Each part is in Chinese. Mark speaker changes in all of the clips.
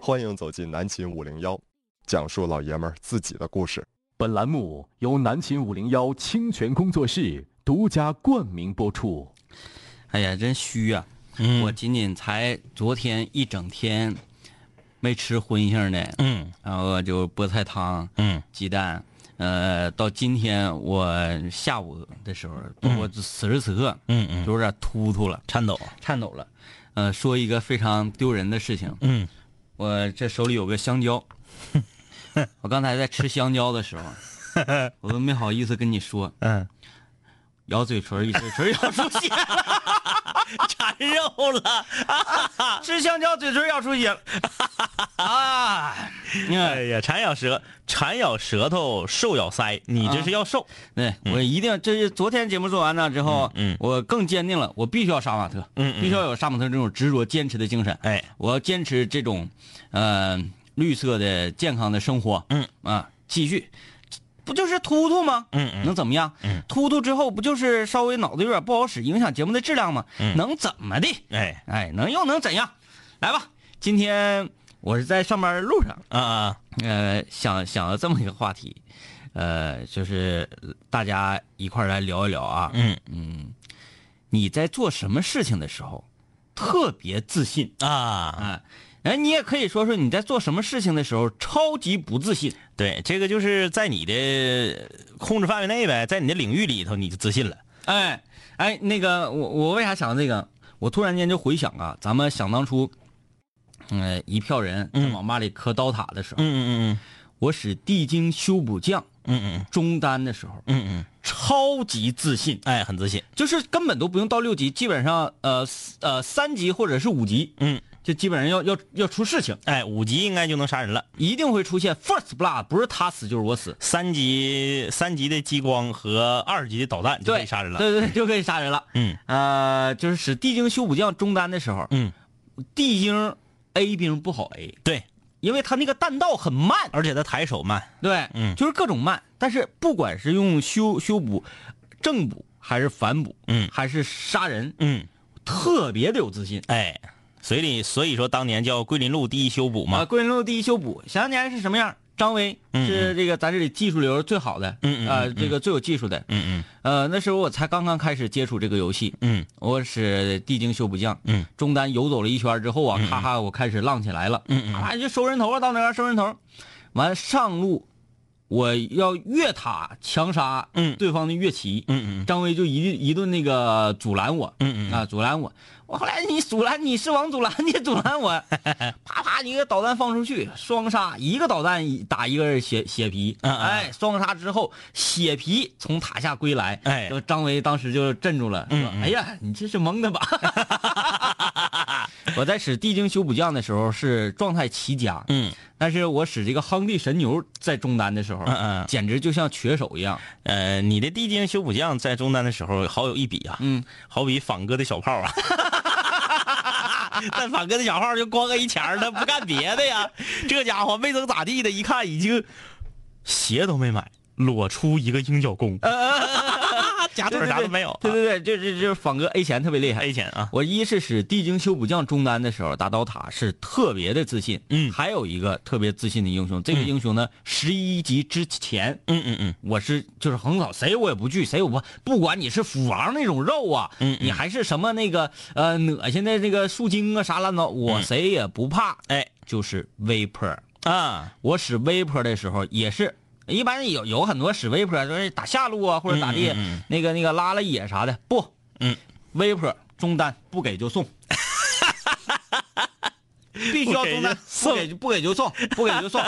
Speaker 1: 欢迎走进南秦五零幺，讲述老爷们儿自己的故事。
Speaker 2: 本栏目由南秦五零幺清泉工作室独家冠名播出。
Speaker 3: 哎呀，真虚啊！
Speaker 4: 嗯
Speaker 3: 我仅仅才昨天一整天没吃荤腥的，
Speaker 4: 嗯
Speaker 3: 然后就菠菜汤、
Speaker 4: 嗯
Speaker 3: 鸡蛋。呃，到今天我下午的时候，我此时此刻
Speaker 4: 嗯嗯，
Speaker 3: 就有点突突了，
Speaker 4: 颤抖。
Speaker 3: 颤抖了。呃，说一个非常丢人的事情，
Speaker 4: 嗯
Speaker 3: 我这手里有个香 蕉，我刚才在吃香蕉的时候， 我都没好意思跟你说，
Speaker 4: 嗯，
Speaker 3: 咬嘴唇，一嘴唇咬出血了，
Speaker 4: 馋肉了。
Speaker 3: 吃香蕉嘴唇咬出 血了，啊！你看
Speaker 4: 哎 呀，馋咬舌，馋咬舌头，瘦咬腮。你这是要瘦。
Speaker 3: 对，我一定，这是昨天节目做完了之后，
Speaker 4: 嗯嗯嗯
Speaker 3: 我更坚定了，我必须要杀马特，
Speaker 4: 嗯嗯
Speaker 3: 必须要有杀马特这种执着坚持的精神，
Speaker 4: 哎，
Speaker 3: 我要坚持这种，呃，绿色的健康的生活，
Speaker 4: 嗯
Speaker 3: 啊，继续，不就是突突吗？
Speaker 4: 嗯嗯
Speaker 3: 能怎么样？
Speaker 4: 嗯
Speaker 3: 突突之后不就是稍微脑子有点不好使，影响节目的质量吗？
Speaker 4: 嗯
Speaker 3: 能怎么的？
Speaker 4: 哎
Speaker 3: 哎，能又能怎样？来吧，今天我是在上班的路上，
Speaker 4: 啊啊，
Speaker 3: 呃，想想了这么一个话题，呃，就是大家一块儿来聊一聊啊。
Speaker 4: 嗯
Speaker 3: 你在做什么事情的时候特别自信
Speaker 4: 啊，
Speaker 3: 啊？哎，你也可以说说你在做什么事情的时候超级不自信。
Speaker 4: 对，这个就是在你的控制范围内呗，在你的领域里头，你就自信了。
Speaker 3: 哎哎，那个我我为啥想到这个？我突然间就回想啊，咱们想当初，呃，一票人在网吧里磕刀塔的时候，
Speaker 4: 嗯嗯嗯
Speaker 3: 我使地精修补匠
Speaker 4: 嗯嗯
Speaker 3: 中单的时候，
Speaker 4: 嗯嗯嗯，
Speaker 3: 超级自信。
Speaker 4: 哎，很自信。
Speaker 3: 就是根本都不用到六级，基本上呃四呃三级或者是五级，
Speaker 4: 嗯，
Speaker 3: 就基本上要要要出事情，
Speaker 4: 哎，五级应该就能杀人了。
Speaker 3: 一定会出现 first blood，不是他死就是我死，
Speaker 4: 三级三级的激光和二级的导弹就可
Speaker 3: 对，
Speaker 4: 以杀人了。
Speaker 3: 对对对，就可以杀人了。
Speaker 4: 嗯
Speaker 3: 呃，就是使地精修补匠中单的时候，
Speaker 4: 嗯，
Speaker 3: 地精 A 兵不好 A，
Speaker 4: 对，
Speaker 3: 因为他那个弹道很慢，
Speaker 4: 而且他抬手慢。
Speaker 3: 对，
Speaker 4: 嗯
Speaker 3: 就是各种慢。但是不管是用修修补、正补还是反补，
Speaker 4: 嗯
Speaker 3: 还是杀人，
Speaker 4: 嗯，
Speaker 3: 特别的有自信。
Speaker 4: 哎，所以所以说当年叫桂林路第一修补
Speaker 3: 啊，
Speaker 4: 嘛。
Speaker 3: 桂林路第一修补，想当年是什么样？张威
Speaker 4: 嗯
Speaker 3: 是这个咱这里技术流最好的，
Speaker 4: 嗯嗯
Speaker 3: 呃，这个最有技术的，
Speaker 4: 嗯
Speaker 3: 呃，那时候我才刚刚开始接触这个游戏，
Speaker 4: 嗯
Speaker 3: 我是地精修补匠，
Speaker 4: 嗯，
Speaker 3: 中单游走了一圈之后啊，咔咔，我开始浪起来了，
Speaker 4: 嗯
Speaker 3: 啊，就收人头啊，到那边收人头，完上路，我要越塔强杀，
Speaker 4: 嗯
Speaker 3: 对方的越骑，
Speaker 4: 嗯嗯
Speaker 3: 张威就一一顿那个阻拦我，
Speaker 4: 嗯嗯
Speaker 3: 啊，阻拦我，我后来你阻拦你是王阻拦，你阻拦 我，啪啪一个导弹放出去，双杀，一个导弹一打一个人血血皮，
Speaker 4: 嗯嗯
Speaker 3: 哎，双杀之后血皮从塔下归来，
Speaker 4: 哎
Speaker 3: 就张维当时就镇住了，说
Speaker 4: 嗯嗯
Speaker 3: 哎呀，你这是蒙的吧？ 我在使地精修补匠的时候是状态奇佳，
Speaker 4: 嗯
Speaker 3: 但是我使这个夯地神牛在中单的时候，
Speaker 4: 嗯嗯，
Speaker 3: 简直就像瘸手一样，
Speaker 4: 呃，你的地精修补匠在中单的时候好有一比啊，
Speaker 3: 嗯，
Speaker 4: 好比仿哥的小炮啊。 但仿哥的小炮就光个一钱儿他不干别的呀。这家伙没整咋地的，一看已经鞋都没买，裸出一个鹰角弓，夹腿儿啥都没有。
Speaker 3: 对对对，就就就仿哥 A 钱特别厉害。
Speaker 4: A 钱啊，
Speaker 3: 我一是使地精修补匠中单的时候打刀塔是特别的自信，
Speaker 4: 嗯
Speaker 3: 还有一个特别自信的英雄，这个英雄呢，十一级之前
Speaker 4: 嗯嗯嗯，
Speaker 3: 我是就是横扫谁我也不惧，谁我不不管你是斧王那种肉啊，
Speaker 4: 嗯嗯
Speaker 3: 你还是什么那个呃恶心的那个树精啊啥乱糟，我谁也不怕，
Speaker 4: 嗯哎
Speaker 3: 就是微波。
Speaker 4: 啊，
Speaker 3: 我使微波的时候也是。一般有有很多使微波，就是打下路啊，或者咋地，
Speaker 4: 嗯嗯嗯
Speaker 3: 那个那个拉拉野啥的，不，
Speaker 4: 嗯，
Speaker 3: 微波中单不给就送， 必须要中单，不
Speaker 4: 不
Speaker 3: 给
Speaker 4: 给
Speaker 3: 就不给就送，不给就送。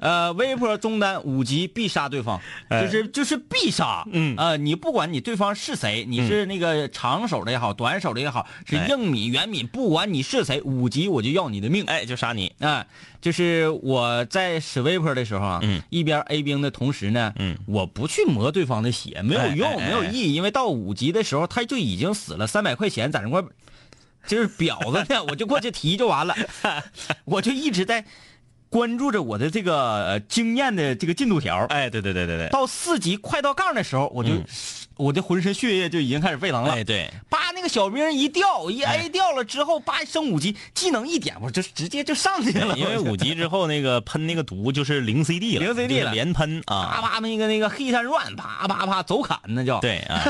Speaker 3: 呃，微波中单五级必杀对方，就是就是必杀。
Speaker 4: 哎嗯
Speaker 3: 呃，你不管你对方是谁，你是那个长手的也好，短手的也好，是
Speaker 4: 哎
Speaker 3: 硬米圆米，不管你是谁，五级我就要你的命。
Speaker 4: 哎，就杀你。
Speaker 3: 啊，就是我在使微波的时候啊，
Speaker 4: 嗯
Speaker 3: 一边 A 兵的同时呢，
Speaker 4: 嗯
Speaker 3: 我不去磨对方的血，没有
Speaker 4: 哎
Speaker 3: 用，
Speaker 4: 哎哎
Speaker 3: 没有意义，因为到五级的时候他就已经死了，三百块钱在那块儿，就是婊子呢，我就过去提就完了，我就一直在关注着我的这个呃经验的这个进度条。
Speaker 4: 哎，对对对对对，
Speaker 3: 到四级快到杠的时候，我就、我的浑身血液就已经开始沸腾了，
Speaker 4: 哎对，哎
Speaker 3: 叭，那个个小名一掉，一 A 掉了之后，叭升五级，技能一点，我就直接就上去了。
Speaker 4: 哎因为五级之后那个喷那个毒就是零 CD 了，
Speaker 3: 零 CD
Speaker 4: 就是
Speaker 3: 了
Speaker 4: 连喷
Speaker 3: 啪
Speaker 4: 啊，
Speaker 3: 啪那个那个黑山乱，啪啪啪走砍那叫。
Speaker 4: 对啊，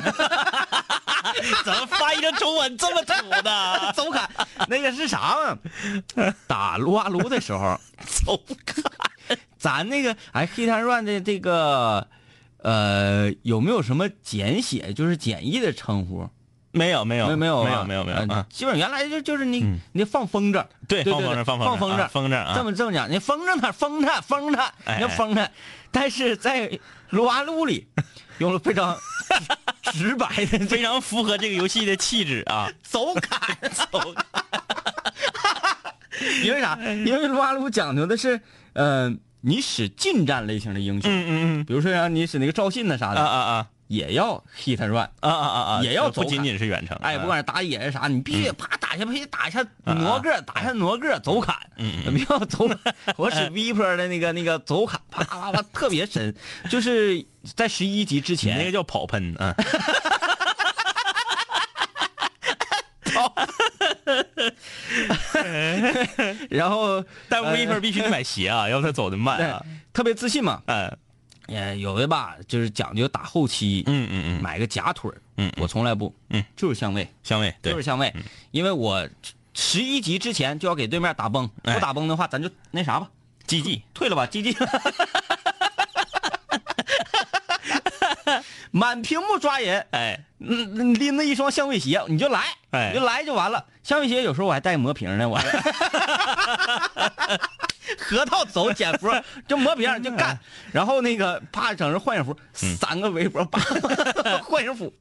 Speaker 3: 怎么翻译成中文这么土 呢？走砍那个是啥嘛？打撸啊撸的时 候，走砍。咱那个哎，黑炭乱的这个呃，有没有什么简写，就是简易的称呼？
Speaker 4: 没有没有
Speaker 3: 没
Speaker 4: 没
Speaker 3: 有
Speaker 4: 没
Speaker 3: 啊
Speaker 4: 有没有没有
Speaker 3: 嗯
Speaker 4: 啊，
Speaker 3: 基本原来就就是你
Speaker 4: 嗯
Speaker 3: 你放风筝，
Speaker 4: 对放风筝放风筝
Speaker 3: 放风筝
Speaker 4: 啊风筝啊
Speaker 3: 这么这么讲，你风筝它风它风它，
Speaker 4: 哎
Speaker 3: 你要风它，但是在撸啊撸里用了非常直 白的
Speaker 4: 非常符合这个游戏的气质啊，
Speaker 3: 走砍 走砍，因为啥？
Speaker 4: 哎
Speaker 3: 因为撸啊撸讲究的是，呃，你使近战类型的英雄，
Speaker 4: 嗯嗯
Speaker 3: 比如说让你使那个赵信呐啥
Speaker 4: 嗯
Speaker 3: 的，
Speaker 4: 啊啊啊
Speaker 3: 也要 hit and run。
Speaker 4: 啊啊啊啊，
Speaker 3: 也要
Speaker 4: 不
Speaker 3: 走
Speaker 4: 仅
Speaker 3: 砍
Speaker 4: 仅是远程，
Speaker 3: 哎，
Speaker 4: 啊嗯
Speaker 3: 不管是打野是啥，你必须得啪打下去，必须打一下挪个，打一下挪个，走砍，
Speaker 4: 啊嗯
Speaker 3: 不要走砍。我使 Viper 的那个那个走 砍，啪啪啪，特别深，就是在十一级之
Speaker 4: 你那
Speaker 3: 前
Speaker 4: 个，叫跑喷啊，
Speaker 3: 然后
Speaker 4: 但
Speaker 3: 呃
Speaker 4: Viper 必须得买鞋啊，要不他走的慢
Speaker 3: 对
Speaker 4: 啊，
Speaker 3: 特别自信嘛，
Speaker 4: 嗯
Speaker 3: 也有的吧，就是讲究打后期，
Speaker 4: 嗯嗯嗯，
Speaker 3: 买个假腿儿，
Speaker 4: 嗯嗯
Speaker 3: 我从来不，
Speaker 4: 嗯，
Speaker 3: 就是相位，
Speaker 4: 香味对嗯
Speaker 3: 就是，相位，因为我十一级之前就要给对面打崩，
Speaker 4: 哎
Speaker 3: 不打崩的话，咱就那啥吧，GG 退了吧，GG。满屏幕抓人，
Speaker 4: 哎
Speaker 3: 嗯，拎着一双相位鞋，你就来，
Speaker 4: 哎
Speaker 3: 你就来就完了。相位鞋有时候我还带磨瓶 呢，我核桃走剪 服，就磨瓶就
Speaker 4: 哎
Speaker 3: 干，然后那个啪整成幻影服，
Speaker 4: 嗯
Speaker 3: 三个围脖，啪 幻影服，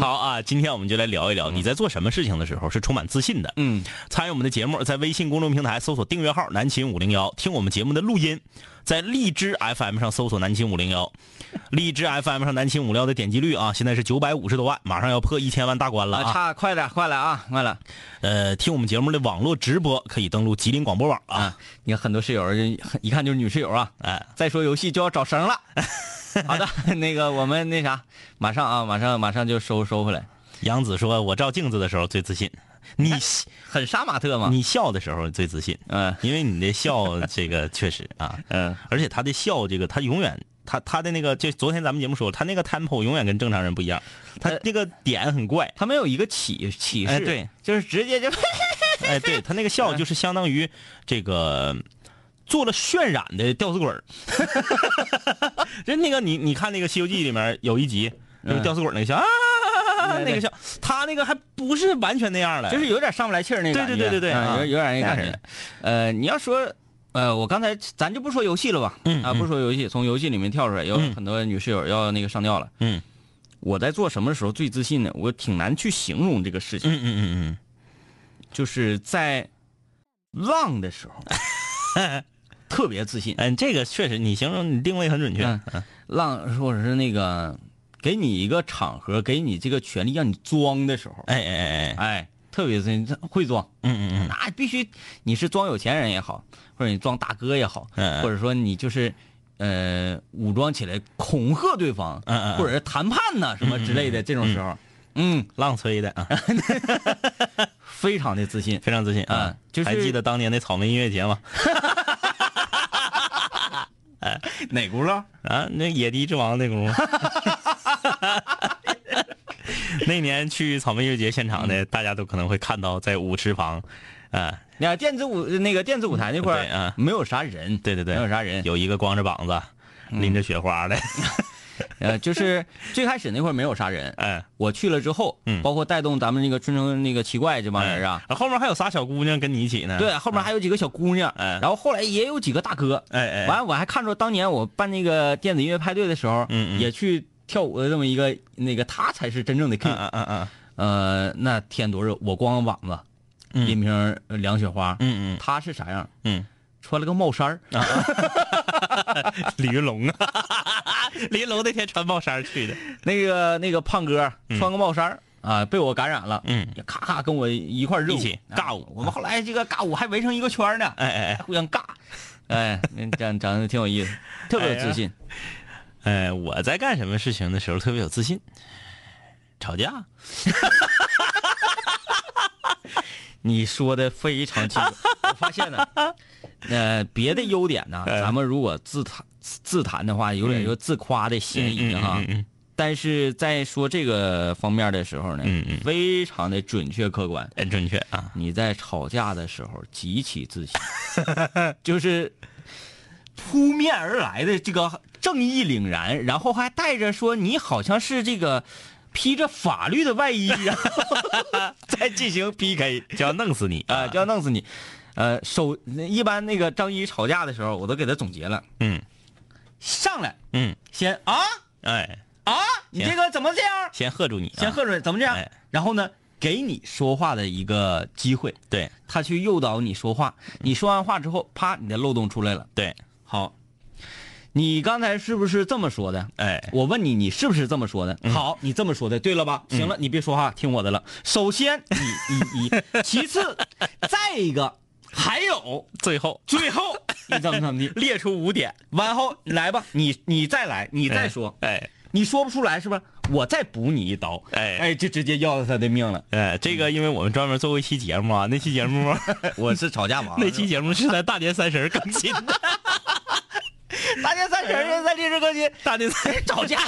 Speaker 4: 好啊，今天我们就来聊一聊，你在做什么事情的时候是充满自信的。
Speaker 3: 嗯，
Speaker 4: 参与我们的节目，在微信公众平台搜索订阅号“南秦五零幺”，听我们节目的录音；在荔枝 FM 上搜索“南秦五零幺”，荔枝 FM 上“南秦五零幺”的点击率啊，现在是九百五十多万，马上要破一千万大关了
Speaker 3: 啊，
Speaker 4: 啊！
Speaker 3: 差快点，快点啊，快点
Speaker 4: 呃，听我们节目的网络直播可以登录吉林广播网啊。
Speaker 3: 啊！你看很多室友，就很一看就是女室友啊。
Speaker 4: 哎，
Speaker 3: 再说游戏就要找声 了。好的，那个我们那啥，马上啊，马上马上就收收回来。
Speaker 4: 杨子说：“我照镜子的时候最自信，你笑
Speaker 3: 很杀马特嘛，
Speaker 4: 你笑的时候最自信，
Speaker 3: 嗯
Speaker 4: 因为你的笑这个确实啊，
Speaker 3: 嗯，
Speaker 4: 而且他的笑这个他永远。”他他的那个，就昨天咱们节目说，他那个 tempo 永远跟正常人不一样，他
Speaker 3: 呃
Speaker 4: 那个点很怪，
Speaker 3: 他没有一个起起势，
Speaker 4: 哎对，
Speaker 3: 就是直接就
Speaker 4: 哎，对他那个笑就是相当于这个做了渲染的吊死鬼儿，就那个你你看那个《西游记》里面有一集，就是吊死鬼儿那个笑啊，
Speaker 3: 对对
Speaker 4: 那个笑，他那个还不是完全那样的，
Speaker 3: 就是有点上不来气儿那个感
Speaker 4: 对
Speaker 3: 觉，
Speaker 4: 哎对对对对
Speaker 3: 嗯
Speaker 4: 啊
Speaker 3: 有有点那个感
Speaker 4: 那
Speaker 3: 觉
Speaker 4: 是。
Speaker 3: 呃，你要说。呃，我刚才咱就不说游戏了吧，
Speaker 4: 嗯
Speaker 3: 啊，不说游戏，从游戏里面跳出来，有
Speaker 4: 嗯
Speaker 3: 很多女室友要那个上吊了。
Speaker 4: 嗯
Speaker 3: 我在做什么时候最自信呢？我挺难去形容这个事情，
Speaker 4: 嗯嗯嗯
Speaker 3: 就是在浪的时 候，特别自信
Speaker 4: 嗯，。嗯，这个确实你形容你定位很准确，
Speaker 3: 嗯浪或者是那个给你一个场合，给你这个权利让你装的时候，
Speaker 4: 哎哎哎哎，
Speaker 3: 哎，特别自信，会装。
Speaker 4: 嗯嗯
Speaker 3: 那必须你是装有钱人也好，或者你装大哥也好，
Speaker 4: 嗯嗯
Speaker 3: 或者说你就是呃武装起来恐吓对方，
Speaker 4: 嗯嗯嗯
Speaker 3: 或者是谈判呐、什么之类的这种时候，嗯，
Speaker 4: 嗯，浪吹的啊，
Speaker 3: 非常的自信。
Speaker 4: 非常自信啊
Speaker 3: 嗯，就是
Speaker 4: 还记得当年那草莓音乐节吗？
Speaker 3: 哪轱辘？
Speaker 4: 啊，那野地之王那轱辘。那年去草莓音乐节现场呢，大家都可能会看到在舞池旁，啊，
Speaker 3: 那电子舞那个电子舞台那块
Speaker 4: 对啊
Speaker 3: 儿没有啥人，
Speaker 4: 对对对，
Speaker 3: 没有啥人，
Speaker 4: 有一个光着膀子，拎着雪花的，
Speaker 3: 呃， 就是最开始那块儿没有啥人，
Speaker 4: 哎，
Speaker 3: 我去了之后，
Speaker 4: 嗯
Speaker 3: 包括带动咱们那个春城那个奇怪这帮人啊，
Speaker 4: 哎，后面还有仨小姑娘跟你一起呢，
Speaker 3: 对，后面还有几个小姑娘，
Speaker 4: 哎
Speaker 3: 然后后来也有几个大哥，
Speaker 4: 哎哎，
Speaker 3: 完了我还看着当年我办那个电子音乐派对的时候，
Speaker 4: 嗯嗯
Speaker 3: 也去跳舞的这么一个那个他才是真正的 king，、
Speaker 4: 嗯嗯嗯嗯
Speaker 3: 呃，那天多热，我光个膀子，
Speaker 4: 嗯
Speaker 3: 一瓶儿凉雪花，
Speaker 4: 嗯
Speaker 3: 他是啥样？
Speaker 4: 嗯
Speaker 3: 穿了个帽衫儿
Speaker 4: 嗯，李云龙啊，李云龙那天穿帽衫去的，
Speaker 3: 那个那个胖哥穿个帽衫儿啊、被我感染了，
Speaker 4: 嗯，
Speaker 3: 咔咔跟我一块儿热舞
Speaker 4: 一起
Speaker 3: 啊
Speaker 4: 尬舞
Speaker 3: 我们后来这个尬舞还围成一个圈儿呢，
Speaker 4: 哎哎
Speaker 3: 互相尬，哎，那 长长得挺有意思，特别有自信。
Speaker 4: 哎，哎，我在干什么事情的时候特别有自信，吵架。
Speaker 3: 你说的非常清 楚。我发现了，呃，别的优点
Speaker 4: 哎
Speaker 3: 呢，咱们如果自谈自谈的话，有点说自夸的嫌疑哈。
Speaker 4: 嗯嗯嗯嗯
Speaker 3: 但是在说这个方面的时候呢，
Speaker 4: 嗯嗯
Speaker 3: 非常的准确客观。
Speaker 4: 很准确啊，
Speaker 3: 你在吵架的时候极其自信，就是扑面而来的这个正义凛然，然后还带着说你好像是这个披着法律的外衣，然后再进行 PK
Speaker 4: 就要弄死你
Speaker 3: 啊、就要弄死你。呃，手一般那个张一吵架的时候，我都给他总结了，
Speaker 4: 嗯
Speaker 3: 上来
Speaker 4: 嗯，
Speaker 3: 先啊
Speaker 4: 哎，
Speaker 3: 啊，你这个怎么这样？
Speaker 4: 先喝住你啊，
Speaker 3: 先喝准怎么这样
Speaker 4: 哎？
Speaker 3: 然后呢，给你说话的一个机会，
Speaker 4: 对
Speaker 3: 他去诱导你说话。你说完话之后，啪，你的漏洞出来了。
Speaker 4: 嗯对，
Speaker 3: 好，你刚才是不是这么说的？
Speaker 4: 哎嗯
Speaker 3: 我问你，你是不是这么说的？好，你这么说的，对了吧？行了，你别说话，听我的了。首先，你你 你，其次，再一个，还有
Speaker 4: 最后
Speaker 3: 最后，你怎么怎么地？
Speaker 4: 列出五点，
Speaker 3: 完后来吧，你你再来，你再说，
Speaker 4: 哎
Speaker 3: 你说不出来是吧？我再补你一刀，
Speaker 4: 哎
Speaker 3: 哎，就直接要了他的命了。
Speaker 4: 哎，这个因为我们专门做过一期节目 啊，那期节目
Speaker 3: 我是 吵架王
Speaker 4: 那期节目是在大年三十儿更新的，
Speaker 3: 大年三十儿在电视更新
Speaker 4: 大年三
Speaker 3: 吵架，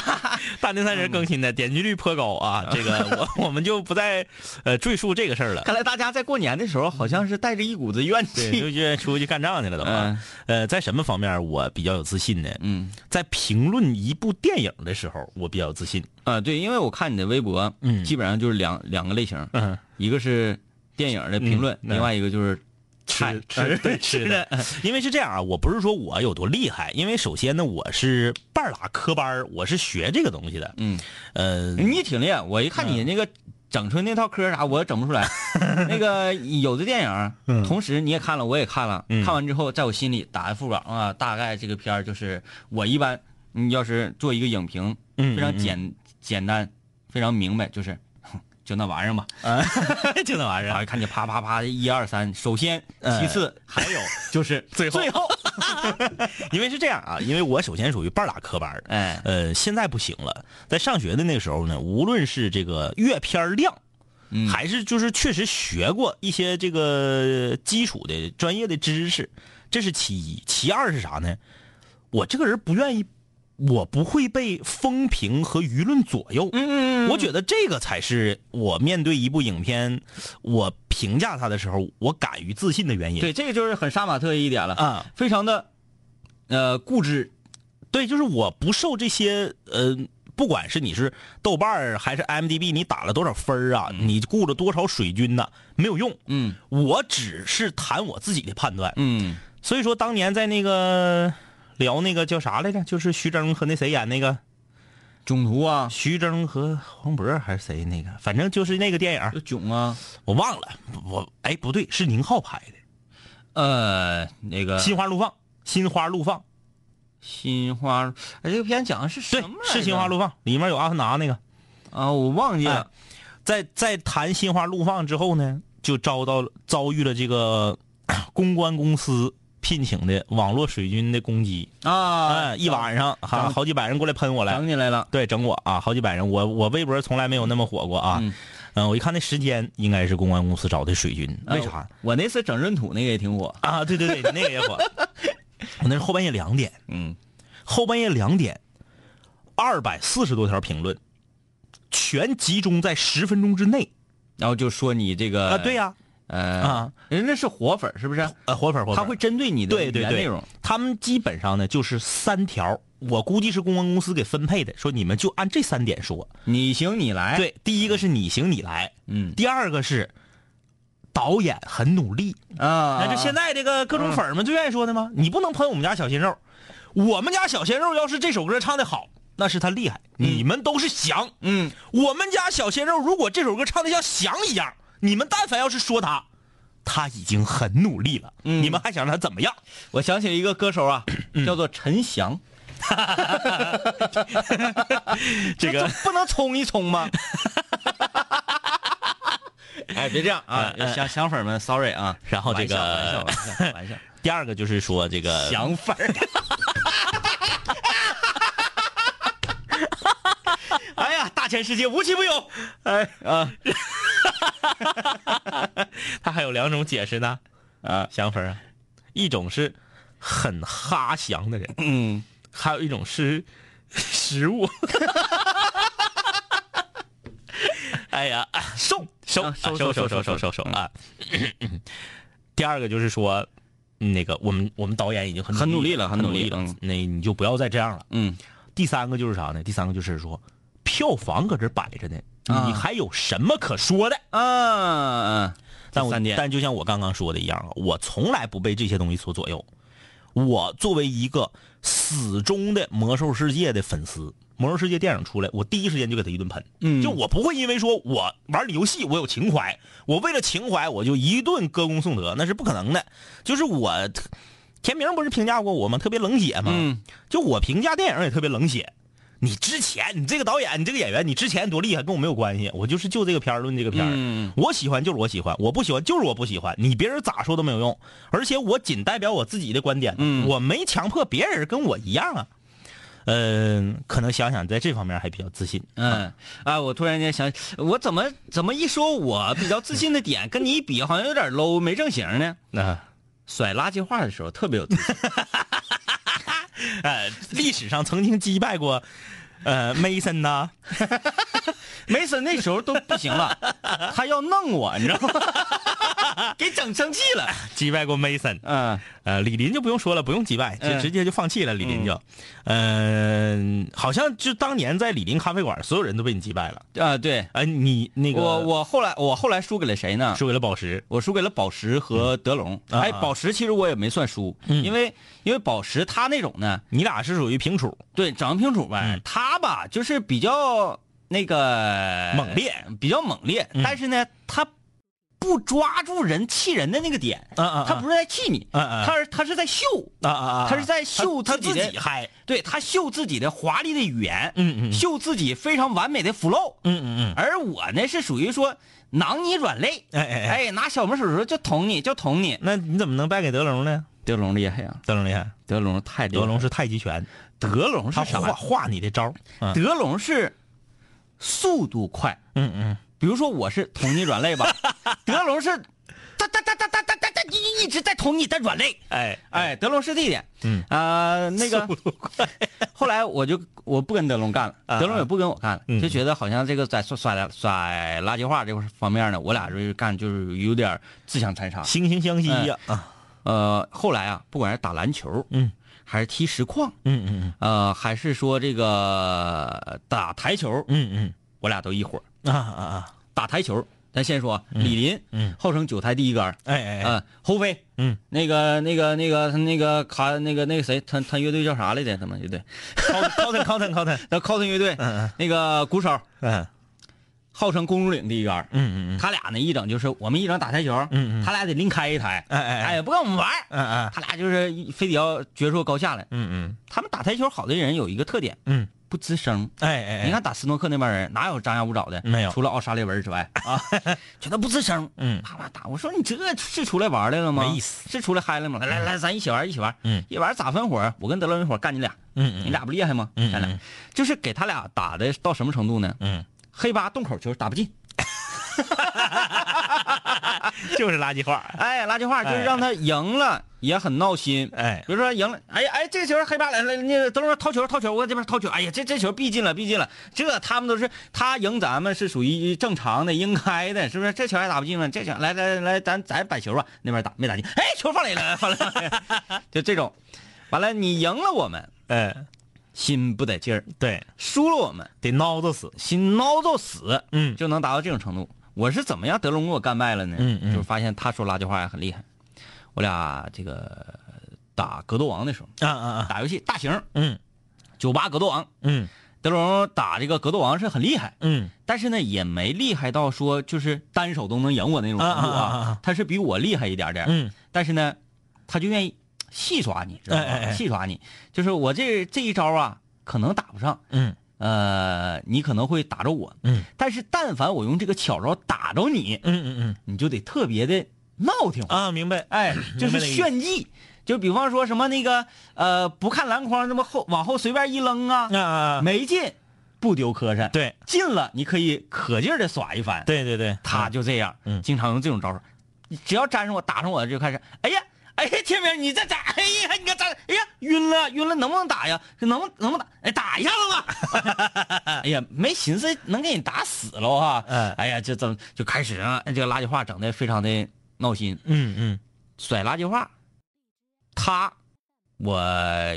Speaker 4: 大年三十更新的，点击率颇高啊！
Speaker 3: 嗯
Speaker 4: 这个我我们就不再呃赘述这个事儿了。
Speaker 3: 看来大家在过年的时候好像是带着一股子怨
Speaker 4: 对，
Speaker 3: 气。
Speaker 4: 就愿出去干仗去了都啊。呃，在什么方面我比较有自信呢？
Speaker 3: 嗯，
Speaker 4: 在评论一部电影的时候，我比较有自信。
Speaker 3: 啊，对，因为我看你的微博，
Speaker 4: 嗯
Speaker 3: 基本上就是两两个类型，
Speaker 4: 嗯，
Speaker 3: 一个是电影的评论，
Speaker 4: 嗯
Speaker 3: 另外一个就是菜
Speaker 4: 吃
Speaker 3: 呃
Speaker 4: 吃呃对吃的， 因为是这样啊，我不是说我有多厉害，因为首先呢，我是半拉科班儿我是学这个东西的。
Speaker 3: 嗯，
Speaker 4: 呃，
Speaker 3: 你挺厉害，我一看你那个整出那套嗑啥，我整不出 来。那个有的电影，同时你也看了，我也看了，看完之后，在我心里打个副榜啊，大概这个片儿就是我一般，你要是做一个影评，
Speaker 4: 嗯
Speaker 3: 非常简简单，非常明白，就是 哼就那玩意儿吧。
Speaker 4: 就那玩意
Speaker 3: 然后
Speaker 4: 儿，
Speaker 3: 看见啪啪啪一二三，首先，
Speaker 4: 哎
Speaker 3: 其次还 有就是
Speaker 4: 最后
Speaker 3: 最后，
Speaker 4: 因为是这样啊，因为我首先属于半拉科班儿
Speaker 3: 哎，
Speaker 4: 呃，现在不行了。在上学的那个时候呢，无论是这个阅片儿量，
Speaker 3: 嗯
Speaker 4: 还是就是确实学过一些这个基础的专业的知识，这是其一。其二是啥呢？我这个人不愿意，我不会被风评和舆论左右。
Speaker 3: 嗯
Speaker 4: 我觉得这个才是我面对一部影片，我评价它的时候，我敢于自信的原因。
Speaker 3: 对，这个就是很杀马特一点了，
Speaker 4: 啊，
Speaker 3: 非常的呃固执，
Speaker 4: 对，就是我不受这些呃，不管是你是豆瓣儿还是 m d b 你打了多少分儿啊，你顾了多少水军呐、没有用。
Speaker 3: 嗯
Speaker 4: 我只是谈我自己的判断。
Speaker 3: 嗯。
Speaker 4: 所以说，当年在那个聊那个叫啥来着，就是徐峥和那谁演那个
Speaker 3: 囧途啊，
Speaker 4: 徐峥和黄渤还是谁那个，反正就是那个电影儿
Speaker 3: 就，囧啊，
Speaker 4: 我忘了。我哎不对，是宁浩拍的
Speaker 3: 呃，那个
Speaker 4: 《心花怒放》。心花怒放，
Speaker 3: 心花，哎，这个片讲的是什
Speaker 4: 对
Speaker 3: 么，来着？
Speaker 4: 是心花怒放，里面有阿凡达那个。
Speaker 3: 啊，我忘记了。
Speaker 4: 在在谈心花怒放之后呢，就遭到了遭遇了这个 呃公关公司聘请的网络水军的攻击
Speaker 3: 啊，
Speaker 4: 哎一晚上哈
Speaker 3: 整
Speaker 4: 好几百人过来喷我来
Speaker 3: 想，起来了，
Speaker 4: 对，整我啊，好几百人，我我微博从来没有那么火过啊，
Speaker 3: 嗯
Speaker 4: 嗯、我一看那时间应该是公关公司找的水军，为啥
Speaker 3: 啊？我那次整闰土那个也挺火，
Speaker 4: 啊？对对对，你那个也火，我那是后半夜两点，
Speaker 3: 嗯，
Speaker 4: 后半夜两点，二百四十多条评论，全集中在十分钟之内
Speaker 3: 然后就说你这个
Speaker 4: 啊，对，呀、
Speaker 3: 呃
Speaker 4: 啊，
Speaker 3: 人家是活粉儿是不是？
Speaker 4: 呃，活粉儿活粉儿，
Speaker 3: 他会针对你的
Speaker 4: 对
Speaker 3: 语
Speaker 4: 对
Speaker 3: 言
Speaker 4: 对，
Speaker 3: 内容，
Speaker 4: 他们基本上呢就是三条，我估计是公关公司给分配的，说你们就按这三点说。
Speaker 3: 你行你来，，
Speaker 4: 对，第一个是你行你来，
Speaker 3: 嗯
Speaker 4: 第二个是导演很努力，
Speaker 3: 啊，嗯
Speaker 4: 那就现
Speaker 3: 在
Speaker 4: 在这个各种粉儿们最愿意说的吗？你不能喷我们家小鲜肉，我们家小鲜肉要是这首歌唱的好，那是他厉害，你们都是翔。
Speaker 3: 嗯，
Speaker 4: 我们家小鲜肉如果这首歌唱的像翔一样，你们但凡要是说他，他已经很努力了，你们还想让他怎么样？
Speaker 3: 嗯我想起了一个歌手 啊，叫做陈
Speaker 4: 嗯
Speaker 3: 翔，
Speaker 4: 这个
Speaker 3: 那就不能冲一冲 吗？哎，别这样啊！想想粉儿们，sorry 啊。
Speaker 4: 呃然后这个
Speaker 3: 玩
Speaker 4: 呃
Speaker 3: 笑玩笑玩笑玩 笑，
Speaker 4: 第二个就是说这个
Speaker 3: 想粉儿。哎呀，大
Speaker 4: 现世界无奇不有。哎啊， 他还有两种解释呢。
Speaker 3: 啊，
Speaker 4: 香粉 啊，一种是很哈翔的人，
Speaker 3: 嗯，
Speaker 4: 还有一种是食物。 哎呀，啊收收
Speaker 3: 啊
Speaker 4: 啊
Speaker 3: 收
Speaker 4: 收
Speaker 3: 收收收
Speaker 4: 收收收
Speaker 3: 收
Speaker 4: 收收啊！第二个就是说，嗯那个我们我们导演已经很
Speaker 3: 很努力了
Speaker 4: 很
Speaker 3: 很努力
Speaker 4: 了
Speaker 3: 嗯，
Speaker 4: 那你就不要再这样了。
Speaker 3: 嗯，
Speaker 4: 第三个就是啥呢？第三个就是说，票房搁这摆着呢，
Speaker 3: 啊
Speaker 4: 你还有什么可说的？
Speaker 3: 啊啊，
Speaker 4: 但
Speaker 3: 这
Speaker 4: 我
Speaker 3: 三点，
Speaker 4: 但就像我刚刚说的一样啊，我从来不被这些东西所左右。我作为一个死忠的《魔兽世界》的粉丝，《魔兽世界》电影出来，我第一时间就给他一顿喷。
Speaker 3: 嗯
Speaker 4: 就我不会因为说我玩游戏我有情怀，我为了情怀我就一顿歌功颂德，那是不可能的。就是我，田明不是评价过我吗？特别冷血吗？
Speaker 3: 嗯，
Speaker 4: 就我评价电影也特别冷血。你之前，你这个导演，你这个演员，你之前多厉害，跟我没有关系。我就是就这个片儿论这个片儿，
Speaker 3: 嗯
Speaker 4: 我喜欢就是我喜欢，我不喜欢就是我不喜欢。你别人咋说都没有用，而且我仅代表我自己的观点，
Speaker 3: 嗯
Speaker 4: 我没强迫别人跟我一样啊。嗯、可能想想在这方面还比较自信。
Speaker 3: 嗯啊，我突然间想，我怎么怎么一说我比较自信的点，跟你一比，好像有点 low 没正形呢。
Speaker 4: 那、
Speaker 3: 甩垃圾话的时候特别有自信，
Speaker 4: 呃，历史上曾经击败过，呃，Mason 呐、
Speaker 3: 梅森那时候都不行 了，他要弄我，你知道吗？给整生气了。
Speaker 4: 击败过 Mason。
Speaker 3: 嗯
Speaker 4: 呃，李林就不用说了，不用击败，
Speaker 3: 嗯
Speaker 4: 就直接就放弃了。李林就，嗯、好像就当年在李林咖啡馆，所有人都被你击败了。
Speaker 3: 啊，对
Speaker 4: 哎、你那个
Speaker 3: 我我后来我后来输给了谁呢？
Speaker 4: 输给了宝石，
Speaker 3: 我输给了宝石和德龙。
Speaker 4: 嗯啊嗯
Speaker 3: 哎，
Speaker 4: 啊
Speaker 3: 宝石其实我也没算输，因为因为宝石他那种呢，
Speaker 4: 你俩是属于平处，
Speaker 3: 对，长得平楚呗
Speaker 4: 嗯，
Speaker 3: 他吧就是比较那个
Speaker 4: 猛烈，
Speaker 3: 比较猛烈，
Speaker 4: 嗯
Speaker 3: 但是呢，他不抓住人气人的那个点，
Speaker 4: 啊啊
Speaker 3: 他不是在气你，
Speaker 4: 嗯嗯
Speaker 3: 他是他是在秀，
Speaker 4: 啊啊啊，
Speaker 3: 他是在秀
Speaker 4: 他
Speaker 3: 自己
Speaker 4: 自
Speaker 3: 的
Speaker 4: 己嗨，
Speaker 3: 对他秀自己的华丽的语言，
Speaker 4: 嗯嗯嗯
Speaker 3: 秀自己非常完美的 flow，
Speaker 4: 嗯嗯
Speaker 3: 而我呢是属于说囊你软肋，
Speaker 4: 哎哎哎
Speaker 3: 拿小拇指头就捅你，就捅你。
Speaker 4: 那你怎么能败给德龙呢？
Speaker 3: 德龙厉害呀，
Speaker 4: 德龙厉害，
Speaker 3: 德龙太厉害
Speaker 4: 德
Speaker 3: 了
Speaker 4: 龙是太极拳，
Speaker 3: 德龙
Speaker 4: 他
Speaker 3: 是啥
Speaker 4: 画？画你的招儿，嗯
Speaker 3: 德龙是速度快，
Speaker 4: 嗯嗯，
Speaker 3: 比如说我是捅你软肋吧，德龙是哒哒哒哒哒哒哒哒一一直在捅你的软肋。
Speaker 4: 哎
Speaker 3: 哎，德龙是这一点，
Speaker 4: 嗯
Speaker 3: 啊，那个后来我就我不跟德龙干了，
Speaker 4: 啊
Speaker 3: 德龙也不跟我干了，
Speaker 4: 嗯
Speaker 3: 就觉得好像这个在甩甩甩垃圾话这块方面呢，我俩就是干就是有点自相残杀。
Speaker 4: 惺惺相惜呀，啊，
Speaker 3: 呃，后来啊，不管是打篮球，
Speaker 4: 嗯，
Speaker 3: 还是踢实况，
Speaker 4: 嗯嗯
Speaker 3: 呃，还是说这个打台球，
Speaker 4: 嗯
Speaker 3: 我俩都一伙儿
Speaker 4: 嗯啊啊啊，
Speaker 3: 打台球，咱先说啊李林，
Speaker 4: 嗯，
Speaker 3: 号称九台第一杆儿，
Speaker 4: 哎哎哎，
Speaker 3: 啊，侯飞，
Speaker 4: 嗯，
Speaker 3: 那个那个那个那个卡那个那个谁，他他乐队叫啥来着？他们乐队，
Speaker 4: 靠腾靠腾靠腾，
Speaker 3: 那 Cotton 乐队，
Speaker 4: 嗯
Speaker 3: 那个鼓手
Speaker 4: 嗯
Speaker 3: 号称公主岭第一杆儿，
Speaker 4: 嗯嗯
Speaker 3: 他俩呢一整就是我们一整打台球，
Speaker 4: 嗯嗯
Speaker 3: 他俩得另开一台，
Speaker 4: 哎哎哎
Speaker 3: 哎，不跟我们玩儿，
Speaker 4: 嗯嗯
Speaker 3: 他俩就是一非得要决出高下来。
Speaker 4: 嗯
Speaker 3: 他们打台球好的人有一个特点，
Speaker 4: 嗯，
Speaker 3: 不吱声。
Speaker 4: 哎哎，嗯
Speaker 3: 你看打斯诺克那帮人哪有张牙舞爪的？
Speaker 4: 没有
Speaker 3: 除了奥沙利文之 外啊，全都不吱声，
Speaker 4: 嗯
Speaker 3: 啪啪打。我说你这是出来玩来了吗？
Speaker 4: 没意思，
Speaker 3: 是出来嗨了吗？来来来，咱一起玩，一起玩。
Speaker 4: 嗯，
Speaker 3: 一玩咋分伙？我跟德龙一伙干你俩，
Speaker 4: 嗯嗯
Speaker 3: 你俩不厉害吗？
Speaker 4: 嗯嗯
Speaker 3: 咱俩就是给他俩打的到什么程度呢？
Speaker 4: 嗯，
Speaker 3: 黑八洞口球打不进，
Speaker 4: 就是垃圾话，
Speaker 3: 哎，垃圾话就是
Speaker 4: 哎
Speaker 3: 让他赢了也很闹心。
Speaker 4: 哎
Speaker 3: 比如说赢了，哎呀哎，这个球黑八来来，那个德龙说掏球掏球，我这边掏球，哎呀，这这球必进了必进了，这他们都是他赢咱们是属于正常的应该的，是不是？这球还打不进吗？这球来来来，咱咱摆球吧，那边打没打进，哎，球放垒了，放 垒了， 就这种，完了你赢了我们
Speaker 4: 哎，
Speaker 3: 心不得劲儿，
Speaker 4: 对，
Speaker 3: 输了我们
Speaker 4: 得孬着死，
Speaker 3: 心挠到死，
Speaker 4: 嗯
Speaker 3: 就能达到这种程度。我是怎么样德龙给我干败了呢？
Speaker 4: 嗯嗯
Speaker 3: 就是发现他说垃圾话也很厉害，我俩这个打格斗王的时候。
Speaker 4: 啊啊啊，
Speaker 3: 打游戏大型
Speaker 4: 嗯
Speaker 3: 九八格斗王，
Speaker 4: 嗯
Speaker 3: 德龙打这个格斗王是很厉害，
Speaker 4: 嗯
Speaker 3: 但是呢也没厉害到说就是单手都能赢我那种程度
Speaker 4: 啊啊啊
Speaker 3: 啊
Speaker 4: 啊，
Speaker 3: 他是比我厉害一点点，
Speaker 4: 嗯
Speaker 3: 但是呢他就愿意戏耍你，知道
Speaker 4: 哎哎
Speaker 3: 吧？
Speaker 4: 哎
Speaker 3: 戏耍你，就是我这这一招啊可能打不上，
Speaker 4: 嗯
Speaker 3: 呃，你可能会打着我，
Speaker 4: 嗯
Speaker 3: 但是但凡我用这个巧招打着你，
Speaker 4: 嗯嗯
Speaker 3: 你就得特别的闹挺。
Speaker 4: 啊，明白，
Speaker 3: 哎，就
Speaker 4: 明
Speaker 3: 是
Speaker 4: 白那个意思
Speaker 3: 炫技，就比方说什么那个呃，不看篮筐，这么后往后随便一扔啊，
Speaker 4: 啊啊，
Speaker 3: 没进，不丢磕碜，
Speaker 4: 对
Speaker 3: 进了你可以可劲儿的耍一番。，
Speaker 4: 对对对，
Speaker 3: 他就这样，
Speaker 4: 嗯
Speaker 3: 经常用这种招数，只要沾上我打上我就开始，哎呀。哎呀，天明，你这咋？哎呀，你看咋？哎呀，晕了，晕了，能不能打呀？能不能不打？哎，打一下子吧。 哎呀，没寻思能给你打死了哈。
Speaker 4: 嗯
Speaker 3: 哎呀，这怎就开始啊？这个垃圾话整的非常的闹心。
Speaker 4: 嗯嗯
Speaker 3: 甩垃圾话，他我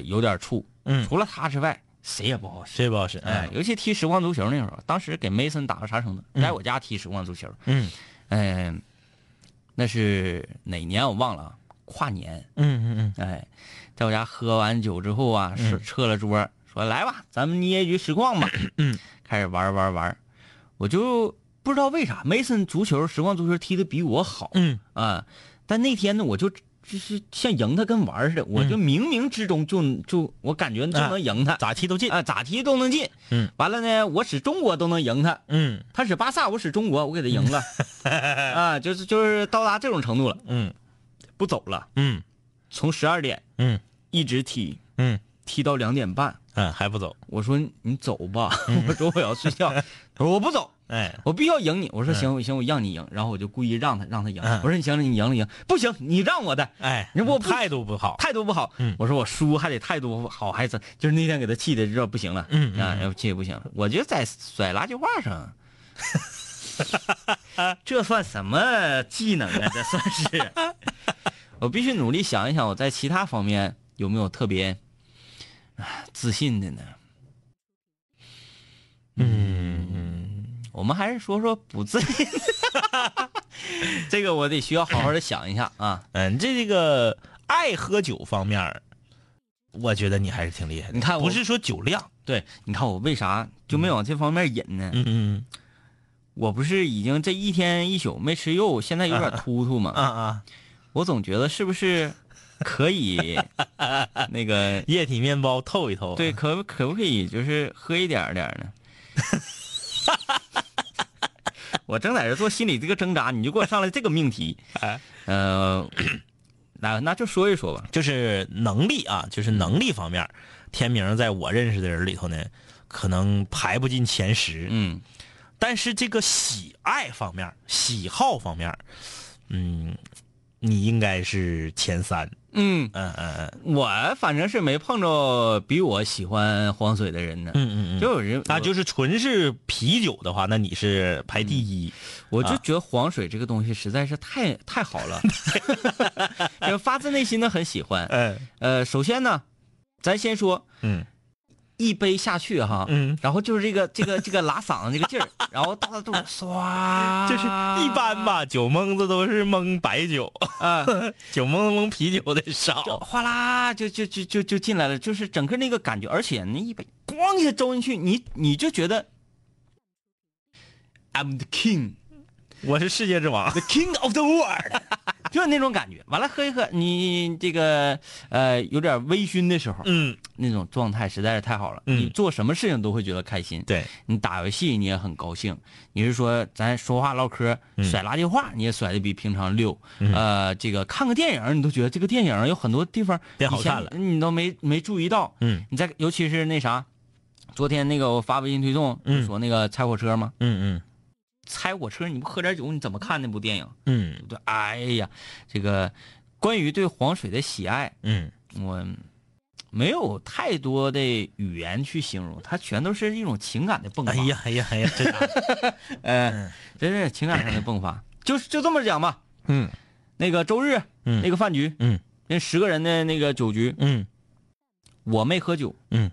Speaker 3: 有点怵。
Speaker 4: 嗯，
Speaker 3: 除了他之外，谁也不好使。
Speaker 4: 谁不好使？
Speaker 3: 哎，，尤其踢实况足球那时候，当时给梅森打个啥成的，
Speaker 4: 嗯
Speaker 3: 来我家踢实况足球，
Speaker 4: 嗯
Speaker 3: 嗯、那是哪年我忘了啊，跨年，
Speaker 4: 嗯嗯
Speaker 3: 哎，在我家喝完酒之后啊，是撤了桌，说来吧，咱们捏一局实况吧。
Speaker 4: 嗯，
Speaker 3: 开始玩玩玩，我就不知道为啥梅森足球实况足球踢的比我好，
Speaker 4: 嗯
Speaker 3: 啊，但那天呢，我就就是像赢他跟玩儿似的，我就冥冥之中就就我感觉就能赢他，
Speaker 4: 嗯啊咋踢都进
Speaker 3: 啊咋踢都能进。
Speaker 4: 嗯，
Speaker 3: 完了呢，我使中国都能赢他，
Speaker 4: 嗯
Speaker 3: 他使巴萨，我使中国，我给他 赢了，啊，就是就是到达这种程度了，
Speaker 4: 嗯
Speaker 3: 不走了，
Speaker 4: 嗯
Speaker 3: 从十二点
Speaker 4: 嗯
Speaker 3: 一直踢
Speaker 4: 嗯
Speaker 3: 踢到两点半。
Speaker 4: 嗯，还不走？
Speaker 3: 我说你走吧，
Speaker 4: 嗯
Speaker 3: 我说我要睡 觉。他说我不走，
Speaker 4: 哎，
Speaker 3: 我必须要赢你。我说
Speaker 4: 嗯
Speaker 3: 行，行，我让你赢。然后我就故意让他让他赢。
Speaker 4: 嗯
Speaker 3: 我说你行了，你赢了赢，不行你让我的。
Speaker 4: 哎，
Speaker 3: 你我不
Speaker 4: 态度不好。
Speaker 3: 态度不好。
Speaker 4: 嗯
Speaker 3: 我说我输还得态度好，还是就是那天给他气的，知道不行了。
Speaker 4: 嗯嗯
Speaker 3: 啊，要气得不行，我就在甩垃圾话 上。这算什么技能啊？这算 是，我必须努力想一想，我在其他方面有没有特别唉自信的呢？
Speaker 4: 嗯
Speaker 3: 我们还是说说不自信 的，这个我得需要好好的想一下啊。
Speaker 4: 嗯，这这个爱喝酒方面儿，我觉得你还是挺厉害的。
Speaker 3: 你看我
Speaker 4: 不是说酒量，
Speaker 3: 对，你看我为啥就没往这方面引呢？
Speaker 4: 嗯嗯
Speaker 3: 我不是已经这一天一宿没吃肉，现在有点突突嘛？
Speaker 4: 嗯啊啊，
Speaker 3: 我总觉得是不是可 以那个
Speaker 4: 液体面包透一透。
Speaker 3: 对，，可不可不可以就是喝一点儿点儿呢？ 我正在这做心理这个挣扎，你就给我上来这个命 题。
Speaker 4: 哎
Speaker 3: 呃，那那就说一说吧。
Speaker 4: 就是能力啊，就是能力方面儿，天明在我认识的人里头呢，可能排不进前十。
Speaker 3: 嗯，
Speaker 4: 但是这个喜爱方面儿、喜好方面儿，嗯，你应该是前三。
Speaker 3: 嗯，
Speaker 4: 嗯嗯嗯
Speaker 3: 我反正是没碰着比我喜欢黄水的人呢。
Speaker 4: 嗯嗯嗯，
Speaker 3: 就有人
Speaker 4: 啊，就是纯是啤酒的话，那你是排第一。
Speaker 3: 我
Speaker 4: 啊
Speaker 3: 就觉得黄水这个东西实在是太太好 了，就发自内心的很喜欢。
Speaker 4: 嗯
Speaker 3: 呃，首先呢，咱先说
Speaker 4: 嗯
Speaker 3: 一杯下去哈，
Speaker 4: 嗯，
Speaker 3: 然后就是这个这个这个拉嗓子这个劲儿，然后到了肚子唰，
Speaker 4: 就是一般，吧，酒蒙子都是蒙白酒，
Speaker 3: 啊、
Speaker 4: 酒蒙子蒙啤酒的
Speaker 3: 就
Speaker 4: 少。
Speaker 3: 哗啦就就就就就进来了，就是整个那个感觉，而且那一杯咣一下周进去，你你就觉得 I'm the king。
Speaker 4: 我是世界之王。
Speaker 3: The King of the World，就是那种感觉。完了，喝一喝，你这个呃有点微醺的时候，
Speaker 4: 嗯，
Speaker 3: 那种状态实在是太好了。
Speaker 4: 嗯
Speaker 3: 你做什么事情都会觉得开心。
Speaker 4: 对，
Speaker 3: 你打游戏你也很高兴，你是说咱说话唠嗑、
Speaker 4: 嗯
Speaker 3: 甩垃圾话，你也甩的比平常溜。呃，这个看个电影，你都觉得这个电影有很多地方
Speaker 4: 变好看了
Speaker 3: 以前你都没没注意到。
Speaker 4: 嗯
Speaker 3: 你在尤其是那啥，昨天那个我发微信推送
Speaker 4: 嗯
Speaker 3: 说那个拆火车吗？
Speaker 4: 嗯
Speaker 3: 拆火车，你不喝点酒你怎么看那部电影？
Speaker 4: 嗯
Speaker 3: 对，哎呀，这个关于对黄水的喜爱，
Speaker 4: 嗯
Speaker 3: 我没有太多的语言去形容，它全都是一种情感的迸
Speaker 4: 嗯，
Speaker 3: 发。哎
Speaker 4: 哎，呀嗯哎呀哎呀，这 啥？
Speaker 3: 真是情感上的迸发，就是就这么讲吧。
Speaker 4: 嗯
Speaker 3: 那个周日，
Speaker 4: 嗯
Speaker 3: 那个饭局，
Speaker 4: 嗯，
Speaker 3: 那十个人的那个酒局，
Speaker 4: 嗯
Speaker 3: 我没喝酒，
Speaker 4: 嗯，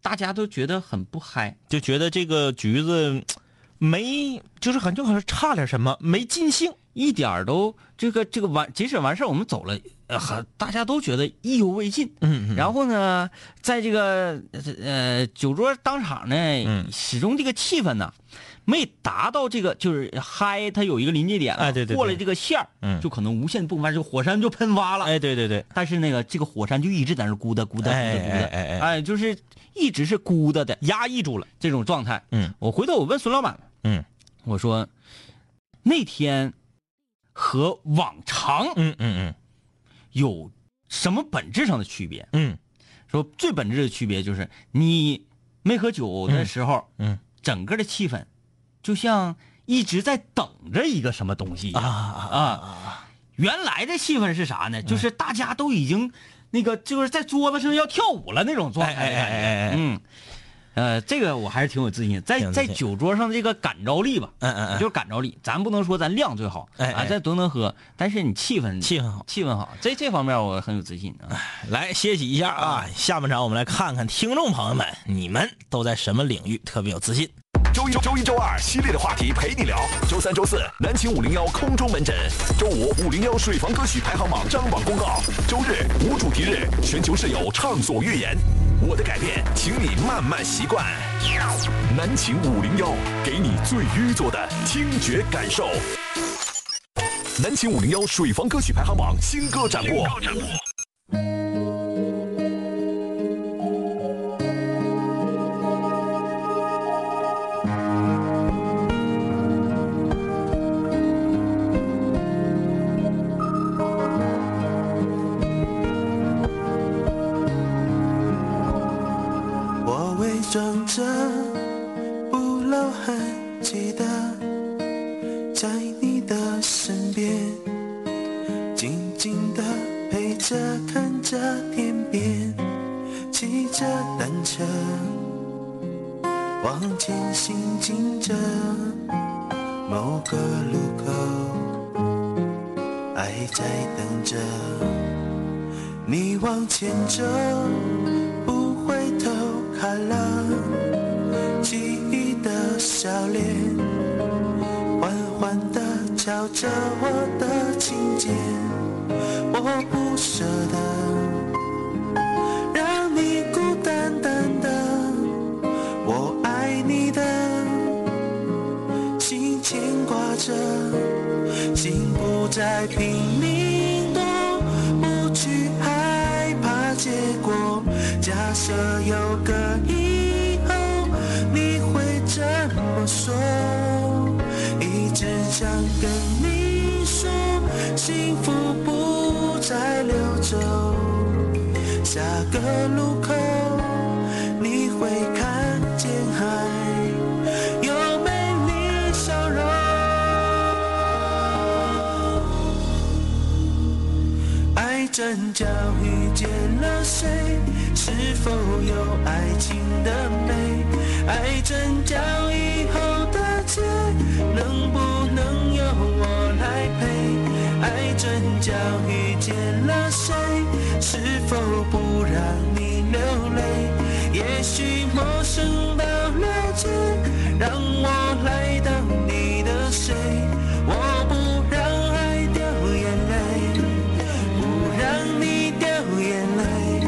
Speaker 3: 大家都觉得很不嗨，
Speaker 4: 就觉得这个橘子没，就是感觉好像差点什么，没尽兴。
Speaker 3: 一点儿都这个这个完，即使完事儿我们走了，呃，很大家都觉得意犹未尽。
Speaker 4: 嗯
Speaker 3: 然后呢，在这个呃酒桌当场呢，
Speaker 4: 嗯
Speaker 3: 始终这个气氛呢，没达到这个就是嗨，它有一个临界点了，
Speaker 4: 哎对对对
Speaker 3: 过了这个线儿，
Speaker 4: 嗯
Speaker 3: 就可能无限迸发，就火山就喷发了。
Speaker 4: 哎，对对对，
Speaker 3: 但是那个这个火山就一直在那儿咕哒咕哒咕哒
Speaker 4: 哎
Speaker 3: 咕哒，
Speaker 4: 哎哎哎
Speaker 3: 就是一直是咕哒的，压抑住了这种状态。
Speaker 4: 嗯
Speaker 3: 我回头我问孙老板，
Speaker 4: 嗯
Speaker 3: 我说那天和往常
Speaker 4: 嗯嗯
Speaker 3: 有什么本质上的区别？
Speaker 4: 嗯
Speaker 3: 说最本质的区别就是你没喝酒的时候，
Speaker 4: 嗯嗯
Speaker 3: 整个的气氛就像一直在等着一个什么东西一样啊。原来的气氛是啥
Speaker 4: 嗯
Speaker 3: 呢？就是大家都已经那个就是在桌子上要跳舞了那种状态的感觉。
Speaker 4: 哎哎哎哎哎
Speaker 3: 嗯，呃，这个我还是挺有自信的，
Speaker 4: 挺
Speaker 3: 在
Speaker 4: 有自
Speaker 3: 在
Speaker 4: 信
Speaker 3: 酒桌上这个感召力吧，
Speaker 4: 嗯嗯嗯
Speaker 3: 就是感召力。咱不能说咱量最好，
Speaker 4: 哎哎
Speaker 3: 啊，咱都能喝，但是你气氛
Speaker 4: 气氛好。
Speaker 3: 气氛好，这这方面我很有自信啊。
Speaker 4: 来歇息一下啊，下半场我们来看看听众朋友们，你们都在什么领域特别有自信？
Speaker 5: 周一、周一周二系列的话题陪你聊，周三、周四南秦五零幺空中门诊，周五五零幺水房歌曲排行榜张榜公告，周日无主题日，全球室友畅所欲言。我的改变，请你慢慢习惯。南秦五零幺给你最淤作的听觉感受。南秦五零幺水房歌曲排行榜新歌展播。
Speaker 6: 我伪装着不露痕迹的在你的身边，静静的陪着，看着天边，骑着单车往前行进着某个路口，爱在等着你往前走。不回头看了，记忆的笑脸，缓缓地敲着我的琴键，我不舍得让你孤单单的，我爱你的心牵挂着。心不再拼命动，不去害怕结果。假设有个以后，你会怎么说？一直想跟你说，幸福不再溜走。下个路口，你会看见海有美丽笑容。爱真叫遇见了谁？是否有爱情的美？爱真叫以后的街能不能由我来陪？爱真叫遇见了谁？是否不让你流泪？也许陌生到了解，让我来当你的谁？我不让爱掉眼泪。不让你掉眼泪。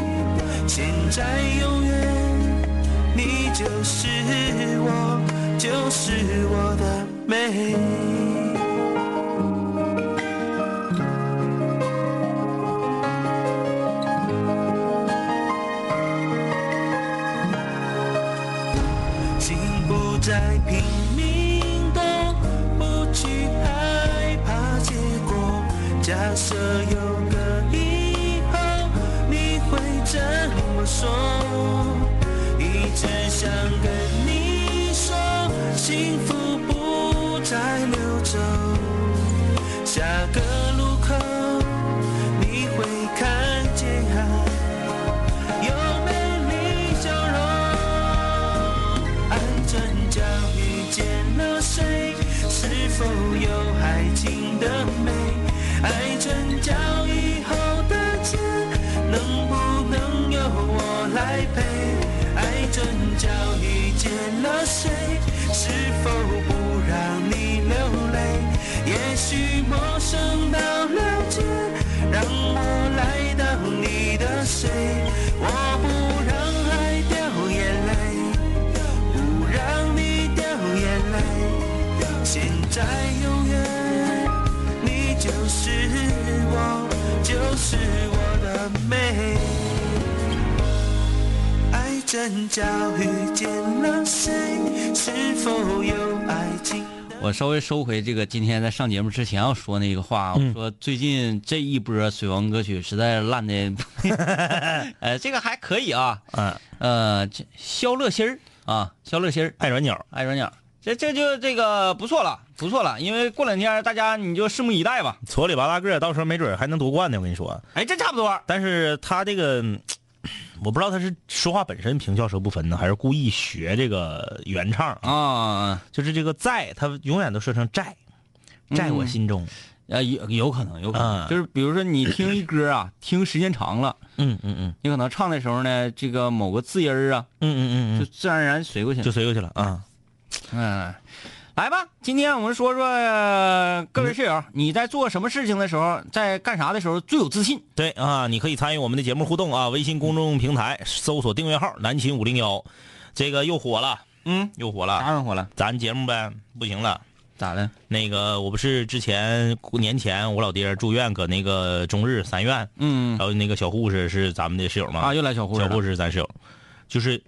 Speaker 6: 现在永远，你就是我，就是我的美。心不再拼命动，不去害怕结果。假设有个以后，你会怎么说？一直想跟你说，幸福不再溜走。下个路口，你会看见海有美丽笑容。爱真叫遇见了谁？是否有爱情的美？爱真叫以后的街能不能由我来陪？爱真叫遇见了谁？是否不让你流泪？也许陌生到了解，让我来当你的谁？我不让爱掉眼泪。不让你掉眼泪。现在永远，你就是我，就是我的美。爱真叫遇见了谁？是否有爱情的？
Speaker 3: 我稍微收回这个今天在上节目之前要说那个话，
Speaker 4: 嗯
Speaker 3: 我说最近这一波水王歌曲实在烂的， 呃，这个还可以啊，
Speaker 4: 嗯，
Speaker 3: 呃，这肖乐心儿啊，肖乐心儿，
Speaker 4: 爱软鸟，
Speaker 3: 爱软鸟，这这就这个不错了，不错了，因为过两天大家你就拭目以待吧。
Speaker 4: 矬里拔大个，到时候没准还能夺冠呢。我跟你说，
Speaker 3: 哎，这差不多，
Speaker 4: 但是他这个，嗯我不知道他是说话本身平翘舌不分呢，还是故意学这个原唱啊？
Speaker 3: 啊，
Speaker 4: 就是这个在，他永远都说成债，
Speaker 3: 嗯
Speaker 4: 在我心中。
Speaker 3: 呃，有有可能，有可能，
Speaker 4: 嗯
Speaker 3: 就是比如说你听一歌啊，听时间长了，
Speaker 4: 嗯嗯嗯
Speaker 3: 你可能唱的时候呢，这个某个字音儿啊，
Speaker 4: 嗯嗯嗯
Speaker 3: 就
Speaker 4: 嗯，
Speaker 3: 自然而然随过去了
Speaker 4: 就。随过去了啊。
Speaker 3: 嗯，来吧，今天我们说说、呃各位室友，你在做什么事情的时候，在干啥的时候最有自信？
Speaker 4: 对啊，你可以参与我们的节目互动啊，微信公众平台搜索订阅号“南秦五零幺”，这个又火了，
Speaker 3: 嗯，
Speaker 4: 又火了。
Speaker 3: 啥样火了？
Speaker 4: 咱节目呗，不行了。
Speaker 3: 咋的？
Speaker 4: 那个，我不是之前过年前我老爹住院，搁那个中日三院，
Speaker 3: 嗯
Speaker 4: 然后那个小护士是咱们的室友嘛，
Speaker 3: 啊，又来小护士
Speaker 4: 小
Speaker 3: 了。
Speaker 4: 护士咱室友，就是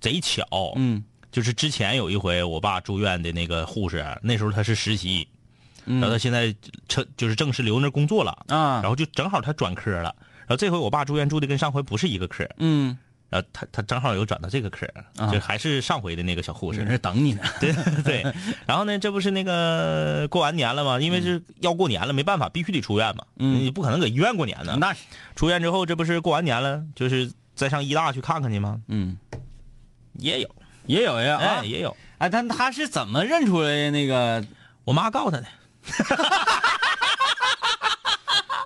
Speaker 4: 贼巧，
Speaker 3: 嗯
Speaker 4: 就是之前有一回我爸住院的那个护士，啊那时候她是实习，然后
Speaker 3: 嗯
Speaker 4: 她现在正就是正式留那儿工作了，
Speaker 3: 啊
Speaker 4: 然后就正好她转科了，然后这回我爸住院住的跟上回不是一个科，
Speaker 3: 嗯，
Speaker 4: 然后她她正好又转到这个科，就还是上回的那个小护
Speaker 3: 我
Speaker 4: 士
Speaker 3: 在，这等啊你呢。
Speaker 4: 对对，然后呢，这不是那个过完年了吗？因为是要过年了，没办法，必须得出院嘛，
Speaker 3: 嗯
Speaker 4: 你不可能搁医院过年 呢。
Speaker 3: 那是
Speaker 4: 出院之后，这不是过完年了，就是再上医大去看看去吗？
Speaker 3: 嗯，
Speaker 4: 也有，
Speaker 3: 也有呀啊
Speaker 4: 哎，，也有。
Speaker 3: 哎，但他是怎么认出来那个？
Speaker 4: 我妈告诉他的，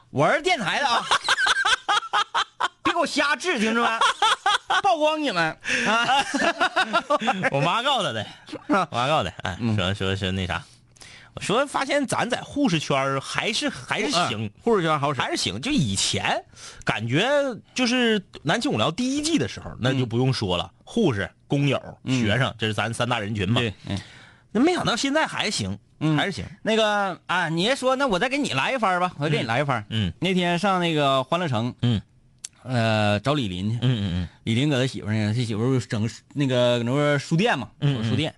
Speaker 3: 我是电台的 啊，别给我瞎治，听着 没？曝光你们 啊！
Speaker 4: 我妈告诉他的，我妈告诉他，哎，说说说那啥，我说发现咱在护士圈儿还是还是行，
Speaker 3: 啊护士圈好使。
Speaker 4: 还是行。就以前感觉就是《南秦五聊》第一季的时候，那就不用说了，护士、工友、学生，这是咱三大人群嘛。
Speaker 3: 对，嗯
Speaker 4: 那没想到现在还行，
Speaker 3: 嗯
Speaker 4: 还是行。
Speaker 3: 那个啊，你也说，那我再给你来一番儿吧，我给你来一番儿。
Speaker 4: 嗯
Speaker 3: 那天上那个欢乐城，
Speaker 4: 嗯，
Speaker 3: 呃，找李林去，
Speaker 4: 嗯嗯
Speaker 3: 李林搁他媳妇儿那，他媳妇儿整那个搁那块儿书店嘛，
Speaker 4: 嗯
Speaker 3: 有书店，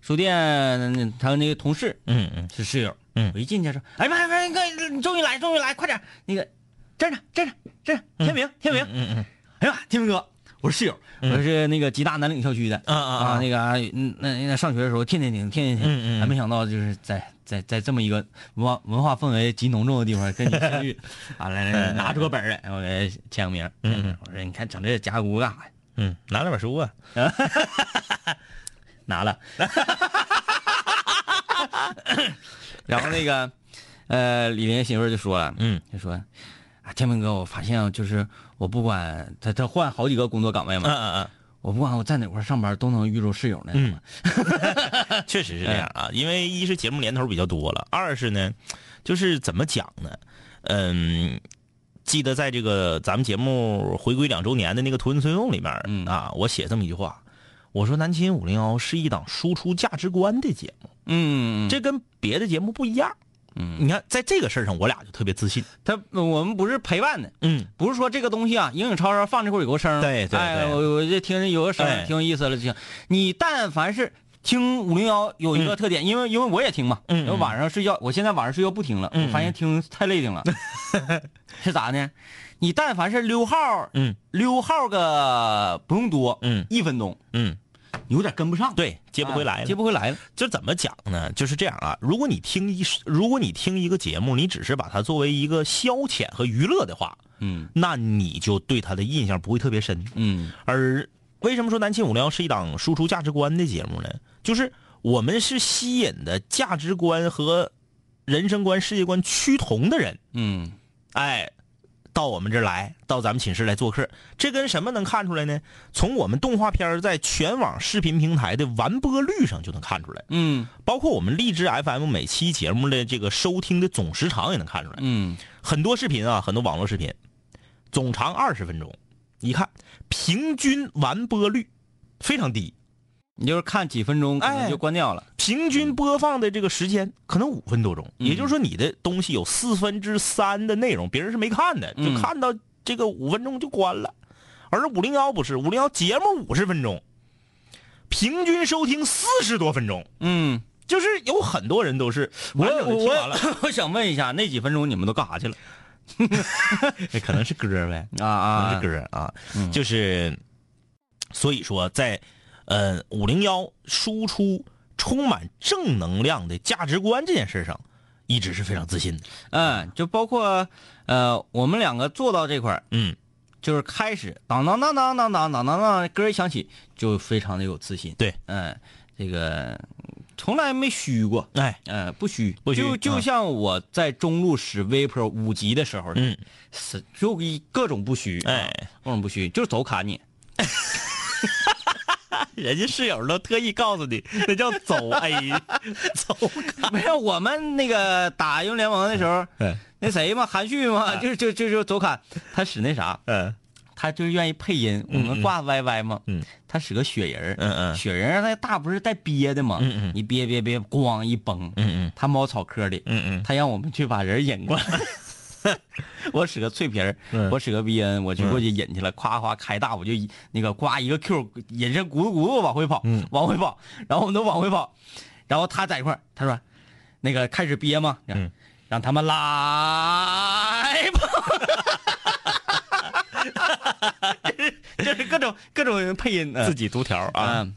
Speaker 3: 书店嗯他那个同事
Speaker 4: 嗯嗯
Speaker 3: 是室友，
Speaker 4: 嗯
Speaker 3: 我一进去说，哎妈妈，哥，你终于来，终于来，快点儿，那个站着站着站着，天明天明，
Speaker 4: 嗯嗯
Speaker 3: 哎呀妈，天明哥，我是室友，我是那个吉大南岭校区的，
Speaker 4: 嗯啊啊
Speaker 3: 啊，那个啊嗯那那上学的时候天天听，天天听，
Speaker 4: 嗯嗯
Speaker 3: 还没想到就是在在在这么一个文化文化氛围极浓重的地方跟你相 遇，啊，来来来拿出个本儿来，我给签个名，签个名，我说你看整这甲骨文干啥呀？
Speaker 4: 嗯，拿两本书啊。
Speaker 3: 拿了， 然后那个呃李林媳妇儿就说了，
Speaker 4: 嗯，
Speaker 3: 就说啊天明哥，我发现啊就是我不管他他换好几个工作岗位嘛，
Speaker 4: 嗯嗯
Speaker 3: 我不管我在哪块儿上班都能遇着室友那种的，
Speaker 4: 嗯，确实是
Speaker 3: 哎
Speaker 4: 这样啊。因为一是节目年头比较多了，二是呢，就是怎么讲呢？嗯，记得在这个咱们节目回归两周年的那个图文推送里面，
Speaker 3: 嗯
Speaker 4: 啊，我写这么一句话，我说《南秦五零幺》是一档输出价值观的节目，
Speaker 3: 嗯，
Speaker 4: 这跟别的节目不一样。嗯，你看在这个事儿上，我俩就特别自信。
Speaker 3: 他我们不是陪伴的，
Speaker 4: 嗯，
Speaker 3: 不是说这个东西啊，影影绰绰放这块儿有个声儿，
Speaker 4: 对对
Speaker 3: 哎，
Speaker 4: 对
Speaker 3: 我我就听着有个声儿
Speaker 4: 哎
Speaker 3: 挺有意思了，就行。你但凡是听五零幺有一个特点，因为因为我也听嘛，
Speaker 4: 嗯嗯嗯
Speaker 3: 因为晚上睡觉，我现在晚上睡觉不听了，我发现听太累 挺了，是咋呢？你但凡是溜号儿，
Speaker 4: 嗯
Speaker 3: 溜号儿个不用多，
Speaker 4: 嗯
Speaker 3: 一分钟，
Speaker 4: 嗯，
Speaker 3: 你有点跟不上，
Speaker 4: 对，接不回来
Speaker 3: 哎
Speaker 4: 了。
Speaker 3: 接不回来了，
Speaker 4: 就怎么讲呢？就是这样啊。如果你听一，如果你听一个节目，你只是把它作为一个消遣和娱乐的话，
Speaker 3: 嗯
Speaker 4: 那你就对它的印象不会特别深。
Speaker 3: 嗯
Speaker 4: 而为什么说《南秦五零幺》是一档输出价值观的节目呢？就是我们是吸引的价值观和人生观、世界观趋同的人，
Speaker 3: 嗯
Speaker 4: 哎，到我们这儿来，到咱们寝室来做客。这跟什么能看出来呢？从我们动画片儿在全网视频平台的完播率上就能看出来。
Speaker 3: 嗯
Speaker 4: 包括我们荔枝 FM 每期节目的这个收听的总时长也能看出来，
Speaker 3: 嗯，
Speaker 4: 很多视频啊，很多网络视频，总长二十分钟，一看平均完播率非常低，
Speaker 3: 你就是看几分钟可能
Speaker 4: 哎
Speaker 3: 就关掉了，
Speaker 4: 平均播放的这个时间可能五分多钟，
Speaker 3: 嗯
Speaker 4: 也就是说你的东西有四分之三的内容别人是没看的，就
Speaker 3: 嗯
Speaker 4: 看到这个五分钟就关了，而五零幺不是，五零幺节目五十分钟，平均收听四十多分钟。
Speaker 3: 嗯
Speaker 4: 就是有很多人都是
Speaker 3: 我
Speaker 4: 完整的听完了，
Speaker 3: 我我想问一下，那几分钟你们都干啥去了？
Speaker 4: 哎可能是歌呗，
Speaker 3: 啊
Speaker 4: 可
Speaker 3: 啊
Speaker 4: 能是歌啊，就是所以说在呃五零幺输出充满正能量的价值观这件事上，一直是非常自信的。
Speaker 3: 嗯，就包括呃，我们两个做到这块儿，
Speaker 4: 嗯，
Speaker 3: 就是开始当当当当当当当当当，歌一响起就非常的有自信。
Speaker 4: 对，
Speaker 3: 嗯，这个嗯从来没虚过，
Speaker 4: 哎，
Speaker 3: 嗯，不虚，
Speaker 4: 不虚
Speaker 3: 就就
Speaker 4: 嗯
Speaker 3: 像我在中路使 Vapor 五级的时候，
Speaker 4: 嗯，
Speaker 3: 是就一各种不虚，啊
Speaker 4: 哎，
Speaker 3: 各种不虚，就是走卡你。
Speaker 4: 人家室友都特意告诉你， 那叫走 A，走
Speaker 3: 没有，我们那个打英雄联盟的时 候，
Speaker 4: 嗯
Speaker 3: 那谁嘛，韩旭
Speaker 4: 哎
Speaker 3: 嘛，就就就就走卡，他使那啥，
Speaker 4: 嗯
Speaker 3: 他就愿意配音，我们挂 YY 嘛，
Speaker 4: 嗯
Speaker 3: 他使个雪人儿，
Speaker 4: 嗯嗯
Speaker 3: 雪人儿那大不是带憋的嘛，
Speaker 4: 嗯嗯
Speaker 3: 一憋憋憋，咣一崩，
Speaker 4: 嗯
Speaker 3: 他猫草科里，
Speaker 4: 嗯嗯
Speaker 3: 他让我们去把人引过来。 我使个脆皮儿，
Speaker 4: 嗯
Speaker 3: 我使个 B N，我就过去引去了，夸夸开大，我就一那个呱一个 Q 引身咕噜咕噜往回跑，
Speaker 4: 嗯
Speaker 3: 往回跑，然后我们都往回跑，然后他在一块儿，他说那个开始憋嘛，
Speaker 4: 嗯
Speaker 3: 让他们来吧。 这是各种各种配音，
Speaker 4: 嗯，
Speaker 3: 自
Speaker 4: 自
Speaker 3: 己
Speaker 4: 己读条啊。
Speaker 3: 啊，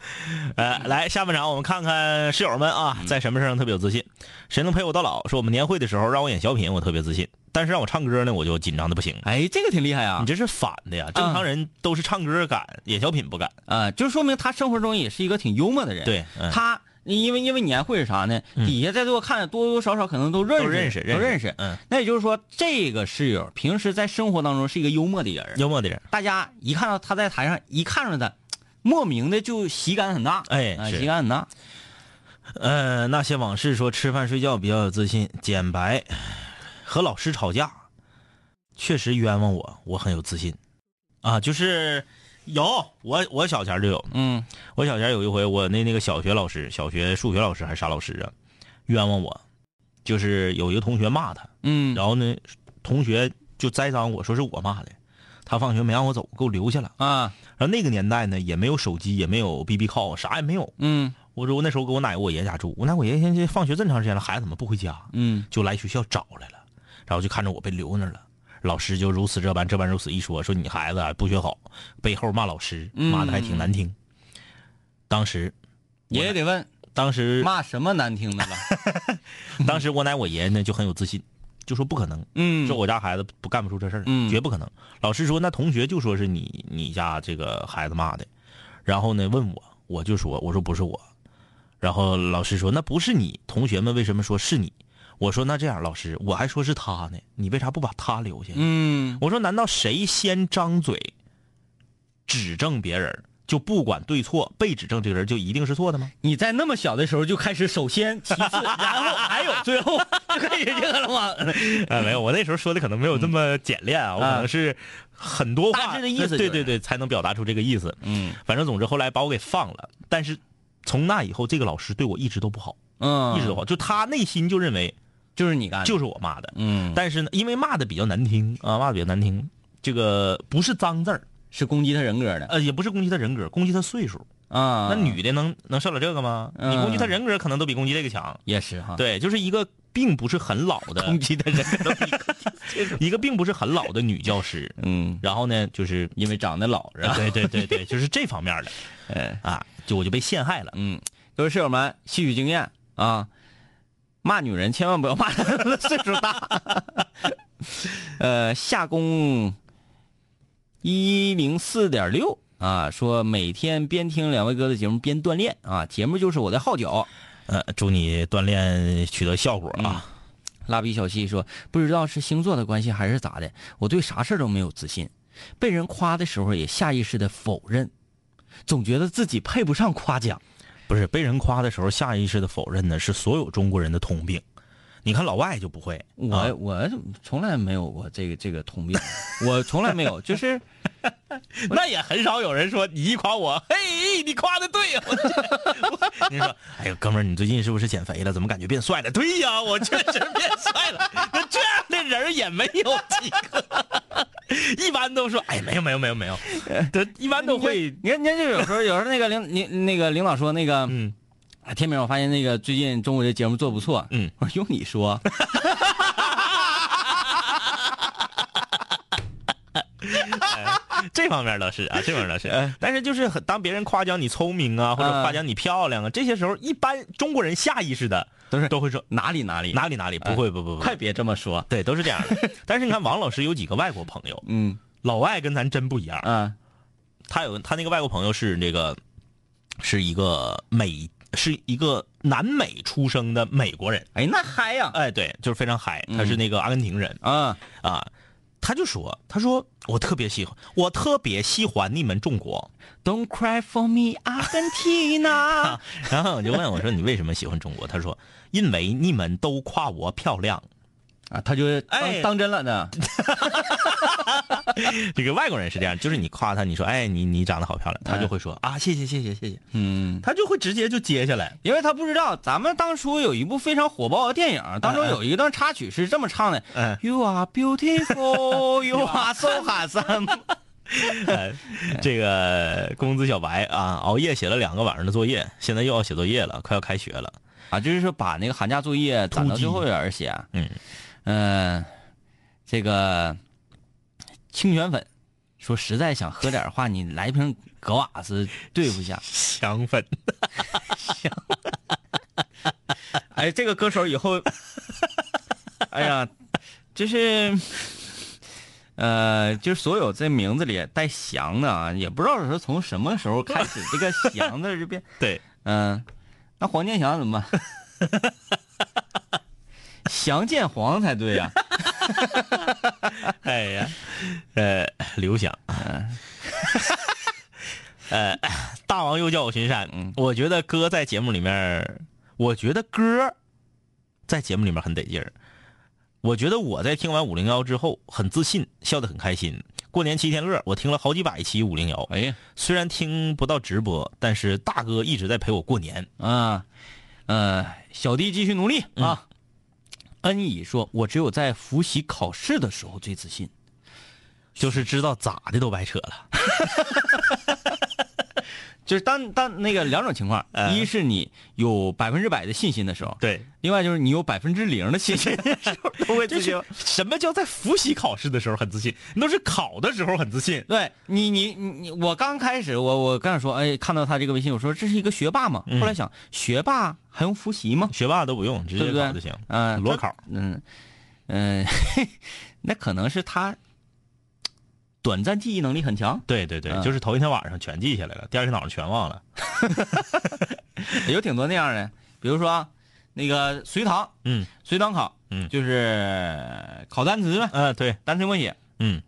Speaker 4: 呃，来下半场，我们看看室友们啊，在什么事上特别有自信？谁能陪我到老？说我们年会的时候让我演小品，我特别自信；但是让我唱歌呢，我就紧张的不行。
Speaker 3: 哎，这个挺厉害啊
Speaker 4: 你，这是反的呀！正常人都是唱歌敢，演小品不敢。
Speaker 3: 啊，就说明他生活中也是一个挺幽默的人，
Speaker 4: 对嗯
Speaker 3: 他因为因为年会是啥呢？底下在座看的多多少少可能都认识，
Speaker 4: 都认识认识
Speaker 3: 认识。
Speaker 4: 嗯，
Speaker 3: 那也就是说，这个室友平时在生活当中是一个幽默的人儿，
Speaker 4: 幽默的人，
Speaker 3: 大家一看到他在台上，一看着他，莫名的就喜感很大，
Speaker 4: 哎
Speaker 3: 啊
Speaker 4: 是
Speaker 3: 喜感很大。
Speaker 4: 呃，那些往事说吃饭睡觉比较有自信，简白，和老师吵架，确实冤枉我，我很有自信，啊，就是有我我小前儿就有，
Speaker 3: 嗯
Speaker 4: 我小前儿有一回，我那那个小学老师，小学数学老师还是啥老师啊，冤枉我，就是有一个同学骂他，
Speaker 3: 嗯
Speaker 4: 然后呢，同学就栽赃我说是我骂的，他放学没让我走，给我留下了。
Speaker 3: 啊
Speaker 4: 然后那个年代呢，也没有手机，也没有 BB 扣，啥也没有。
Speaker 3: 嗯
Speaker 4: 我说我那时候跟我奶我爷家住，我奶我爷现在放学这么长时间了，孩子怎么不回家？
Speaker 3: 嗯
Speaker 4: 就来学校找来了，然后就看着我被留那儿了。老师就如此这般这般如此一说，说你孩子啊不学好，背后骂老师，骂的还挺难听。当时，
Speaker 3: 爷爷得问
Speaker 4: 当时，
Speaker 3: 骂什么难听的 了？
Speaker 4: 当时我奶我爷呢就很有自信，就说不可能，
Speaker 3: 嗯
Speaker 4: 说我家孩子不干不出这事儿，
Speaker 3: 嗯
Speaker 4: 绝不可能。老师说那同学就说是你你家这个孩子骂的，然后呢问我，我就说我说不是我，然后老师说那不是你，同学们为什么说是你？我说那这样，老师我还说是他呢，你为啥不把他留下？
Speaker 3: 嗯
Speaker 4: 我说难道谁先张嘴指正别人？就不管对错，被指正这个人就一定是错的吗？
Speaker 3: 你在那么小的时候就开始首先其次，然后还有最后就开始这个了吗？
Speaker 4: 啊，没有，我那时候说的可能没有这么简练啊，我可能是很多话
Speaker 3: 大致的意思
Speaker 4: 对
Speaker 3: 就是
Speaker 4: 对对，才能表达出这个意思。
Speaker 3: 嗯
Speaker 4: 反正总之后来把我给放了，但是从那以后，这个老师对我一直都不好，
Speaker 3: 嗯，
Speaker 4: 一直都不好，就他内心就认为
Speaker 3: 就是你干的，
Speaker 4: 就是我骂的，
Speaker 3: 嗯，
Speaker 4: 但是呢，因为骂的比较难听啊，骂的比较难听，这个不是脏字儿，
Speaker 3: 是攻击他人格的
Speaker 4: 呃，也不是攻击他人格，攻击他岁数。
Speaker 3: 啊。
Speaker 4: 那女的能能受了这个吗？
Speaker 3: 嗯
Speaker 4: 你攻击她人格可能都比攻击这个强。
Speaker 3: 也是哈，
Speaker 4: 对，就是一个并不是很老的攻击她人格， 一个并不是很老的女教师。
Speaker 3: 嗯，
Speaker 4: 然后呢，就是
Speaker 3: 因为长得老是吧？
Speaker 4: 对对对对，就是这方面的，
Speaker 3: 哎
Speaker 4: 啊，就我就被陷害了。
Speaker 3: 嗯，各位室友们，吸取经验啊，骂女人千万不要骂她们岁数大。 呃，下工一零四点六啊，说每天边听两位哥的节目边锻炼啊，节目就是我的号角。
Speaker 4: 呃，祝你锻炼取得效果啊！
Speaker 3: 蜡笔小新说：“不知道是星座的关系还是咋的，我对啥事儿都没有自信，被人夸的时候也下意识的否认，总觉得自己配不上夸奖。
Speaker 4: 不是被人夸的时候下意识的否认呢，是所有中国人的通病。你看老外就不会，
Speaker 3: 我、
Speaker 4: 啊
Speaker 3: 我从来没有过这个这个通病，我从来没有，就是
Speaker 4: 那也很少有人说你一夸我，嘿，你夸的对呀、 我你说，哎呦，哥们儿，你最近是不是减肥了？怎么感觉变帅了？对呀、我确实变帅了。那这样的人儿也没有几个， 一般都说，哎，没有没有没有 没有，这一般都会，
Speaker 3: 你看，你看，就有时候有时候那个领领那个领导说那个，
Speaker 4: 嗯
Speaker 3: 啊，天明，我发现那个最近中午这节目做不错。
Speaker 4: 嗯，
Speaker 3: 我说用你说，
Speaker 4: 这方面倒是啊，这方面倒是。但是就是很当别人夸奖你聪明啊，或者
Speaker 3: 哎嗯
Speaker 4: 夸奖你漂亮啊，这些时候一般中国人下意识的
Speaker 3: 都是
Speaker 4: 都会说
Speaker 3: 哪里哪哎里，
Speaker 4: 哪里哪里不会不不不，
Speaker 3: 快别这么说。
Speaker 4: 对，都是这样的。但是你看王老师有几个外国朋友，
Speaker 3: 嗯
Speaker 4: 老外跟咱真不一样。
Speaker 3: 啊
Speaker 4: 他有他那个外国朋友是那个是一个美是一个南美出生的美国人，
Speaker 3: 哎，那嗨呀
Speaker 4: 哎，对，就是非常嗨，他是那个阿根廷人、
Speaker 3: 啊！
Speaker 4: 啊。他就说：“他说我特别喜欢，我特别喜欢你们中国。
Speaker 3: Don't cry for me, Argentina 。”
Speaker 4: 然后我就问我说：“你为什么喜欢中国？”他说：“因为你们都夸我漂亮。
Speaker 3: 啊，他就当、
Speaker 4: 哎
Speaker 3: 当真了 呢。”
Speaker 4: 这个外国人是这样，就是你夸他，你说：“哎，你你长得好漂亮。”他就会说：“啊，谢谢谢谢谢谢。
Speaker 3: 嗯，”
Speaker 4: 他就会直接就接下来。
Speaker 3: 因为他不知道咱们当初有一部非常火爆的电影，当中有一段插曲是这么唱的、
Speaker 4: 嗯
Speaker 3: y o u are beautiful, you are so handsome 。
Speaker 4: 哎这个工资小白啊，熬夜写了两个晚上的作业，现在又要写作业了，快要开学了。
Speaker 3: 啊，就是说把那个寒假作业攒到最后一点儿写。啊
Speaker 4: 嗯，
Speaker 3: 嗯，这个清泉粉说实在想喝点儿的话，你来瓶格瓦斯对付一下。
Speaker 4: 香粉，
Speaker 3: 哎，这个歌手以 后，哎呀，就是，呃，就是所有这名字里带“翔”的啊，也不知道是从什么时候开始，这个“翔”字就变，
Speaker 4: 对，
Speaker 3: 嗯、那黄健翔怎么办？翔健黄才对呀、
Speaker 4: 哎呀，呃，刘翔，嗯呃，大王又叫我巡山。我觉得哥在节目里面，我觉得歌在节目里面很得劲儿。我觉得我在听完五零幺之后很自信，笑得很开心。过年七天乐，我听了好几百期五零幺，
Speaker 3: 哎呀，
Speaker 4: 虽然听不到直播，但是大哥一直在陪我过年。
Speaker 3: 啊，呃，小弟继续努力啊。恩乙说：“我只有在复习考试的时候最自信。
Speaker 4: 就是知道咋的都白扯了。
Speaker 3: 就是当当那个两种情况，一是你有百分之百的信心的时候，
Speaker 4: 呃对，
Speaker 3: 另外就是你有百分之零的信心。
Speaker 4: 都会自信。什么叫在复习考试的时候很自信？你都是考的时候很自信。
Speaker 3: 对你，你你你，我刚开始我我刚想说，哎，看到他这个微信，我说这是一个学霸
Speaker 4: 嗯
Speaker 3: 嘛。后来想，学霸还用复习吗？
Speaker 4: 学霸都不用，直
Speaker 3: 对
Speaker 4: 接
Speaker 3: 不对
Speaker 4: 考就行。
Speaker 3: 嗯，
Speaker 4: 裸考。
Speaker 3: 嗯嗯， 那可能是他短暂记忆能力很强，
Speaker 4: 对对对，
Speaker 3: 嗯
Speaker 4: 就是头一天晚上全记下来了，第二天早上全忘了。
Speaker 3: 有挺多那样的。比如说啊那个随堂，
Speaker 4: 嗯，
Speaker 3: 随堂考，
Speaker 4: 嗯
Speaker 3: 就是考单词呗，
Speaker 4: 嗯、对，
Speaker 3: 单词默写。
Speaker 4: 嗯，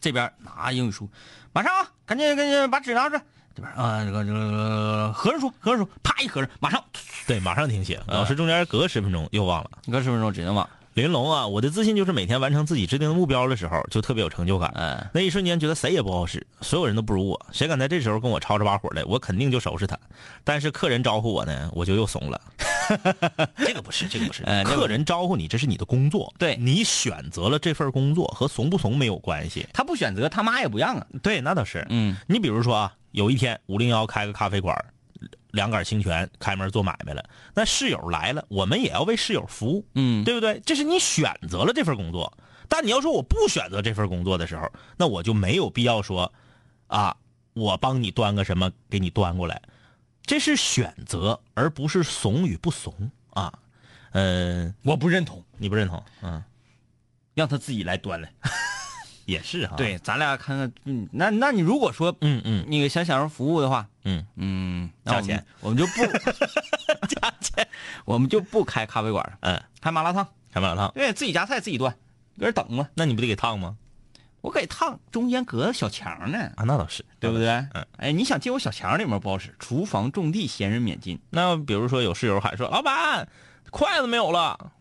Speaker 3: 这边拿英语书，马上啊，赶紧赶紧把纸拿出来。这边啊，这个这个合上书，合上书，啪一合上，马上
Speaker 4: 对，马上停写。
Speaker 3: 嗯
Speaker 4: 老师中间隔十分钟又忘了。
Speaker 3: 你看是不是我只能往
Speaker 4: 林龙啊，我的自信就是每天完成自己制定的目标的时候，就特别有成就感。
Speaker 3: 嗯
Speaker 4: 那一瞬间觉得谁也不好使，所有人都不如我，谁敢在这时候跟我吵吵把火的，我肯定就收拾他。但是客人招呼我呢，我就又怂了。 这个不是，这个不是，
Speaker 3: 哎这个不是
Speaker 4: 客人招呼你，这是你的工作，
Speaker 3: 对
Speaker 4: 你选择了这份工作和怂不怂没有关系。
Speaker 3: 他不选择，他妈也不让啊。
Speaker 4: 对，那倒是。
Speaker 3: 嗯
Speaker 4: 你比如说啊，有一天五零幺开个咖啡馆儿，两杆儿清泉开门做买卖了，那室友来了，我们也要为室友服务，
Speaker 3: 嗯，
Speaker 4: 对不对？这是你选择了这份工作，但你要说我不选择这份工作的时候，那我就没有必要说啊，我帮你端个什么给你端过来，这是选择，而不是怂与不怂啊。嗯，
Speaker 3: 我不认同，
Speaker 4: 你不认同？嗯，
Speaker 3: 让他自己来端来。
Speaker 4: 也是哈。，
Speaker 3: 对，咱俩看看，嗯，那那你如果说
Speaker 4: 嗯嗯
Speaker 3: 那个想享受服务的话，
Speaker 4: 嗯，
Speaker 3: 嗯，那我们
Speaker 4: 加钱，
Speaker 3: 我们就不加钱，我们就不开咖啡馆了，
Speaker 4: 嗯，
Speaker 3: 开麻辣烫，
Speaker 4: 开麻辣烫，
Speaker 3: 对自己夹菜自己端，搁这等吧。
Speaker 4: 那你不得给烫吗？
Speaker 3: 我给烫，中间隔个小墙呢，
Speaker 4: 啊，那倒是，
Speaker 3: 对不对？
Speaker 4: 嗯
Speaker 3: 哎，你想进我小墙里面不好使，厨房种地，闲人免进。
Speaker 4: 那比如说有室友喊说：“老板，筷子没有了。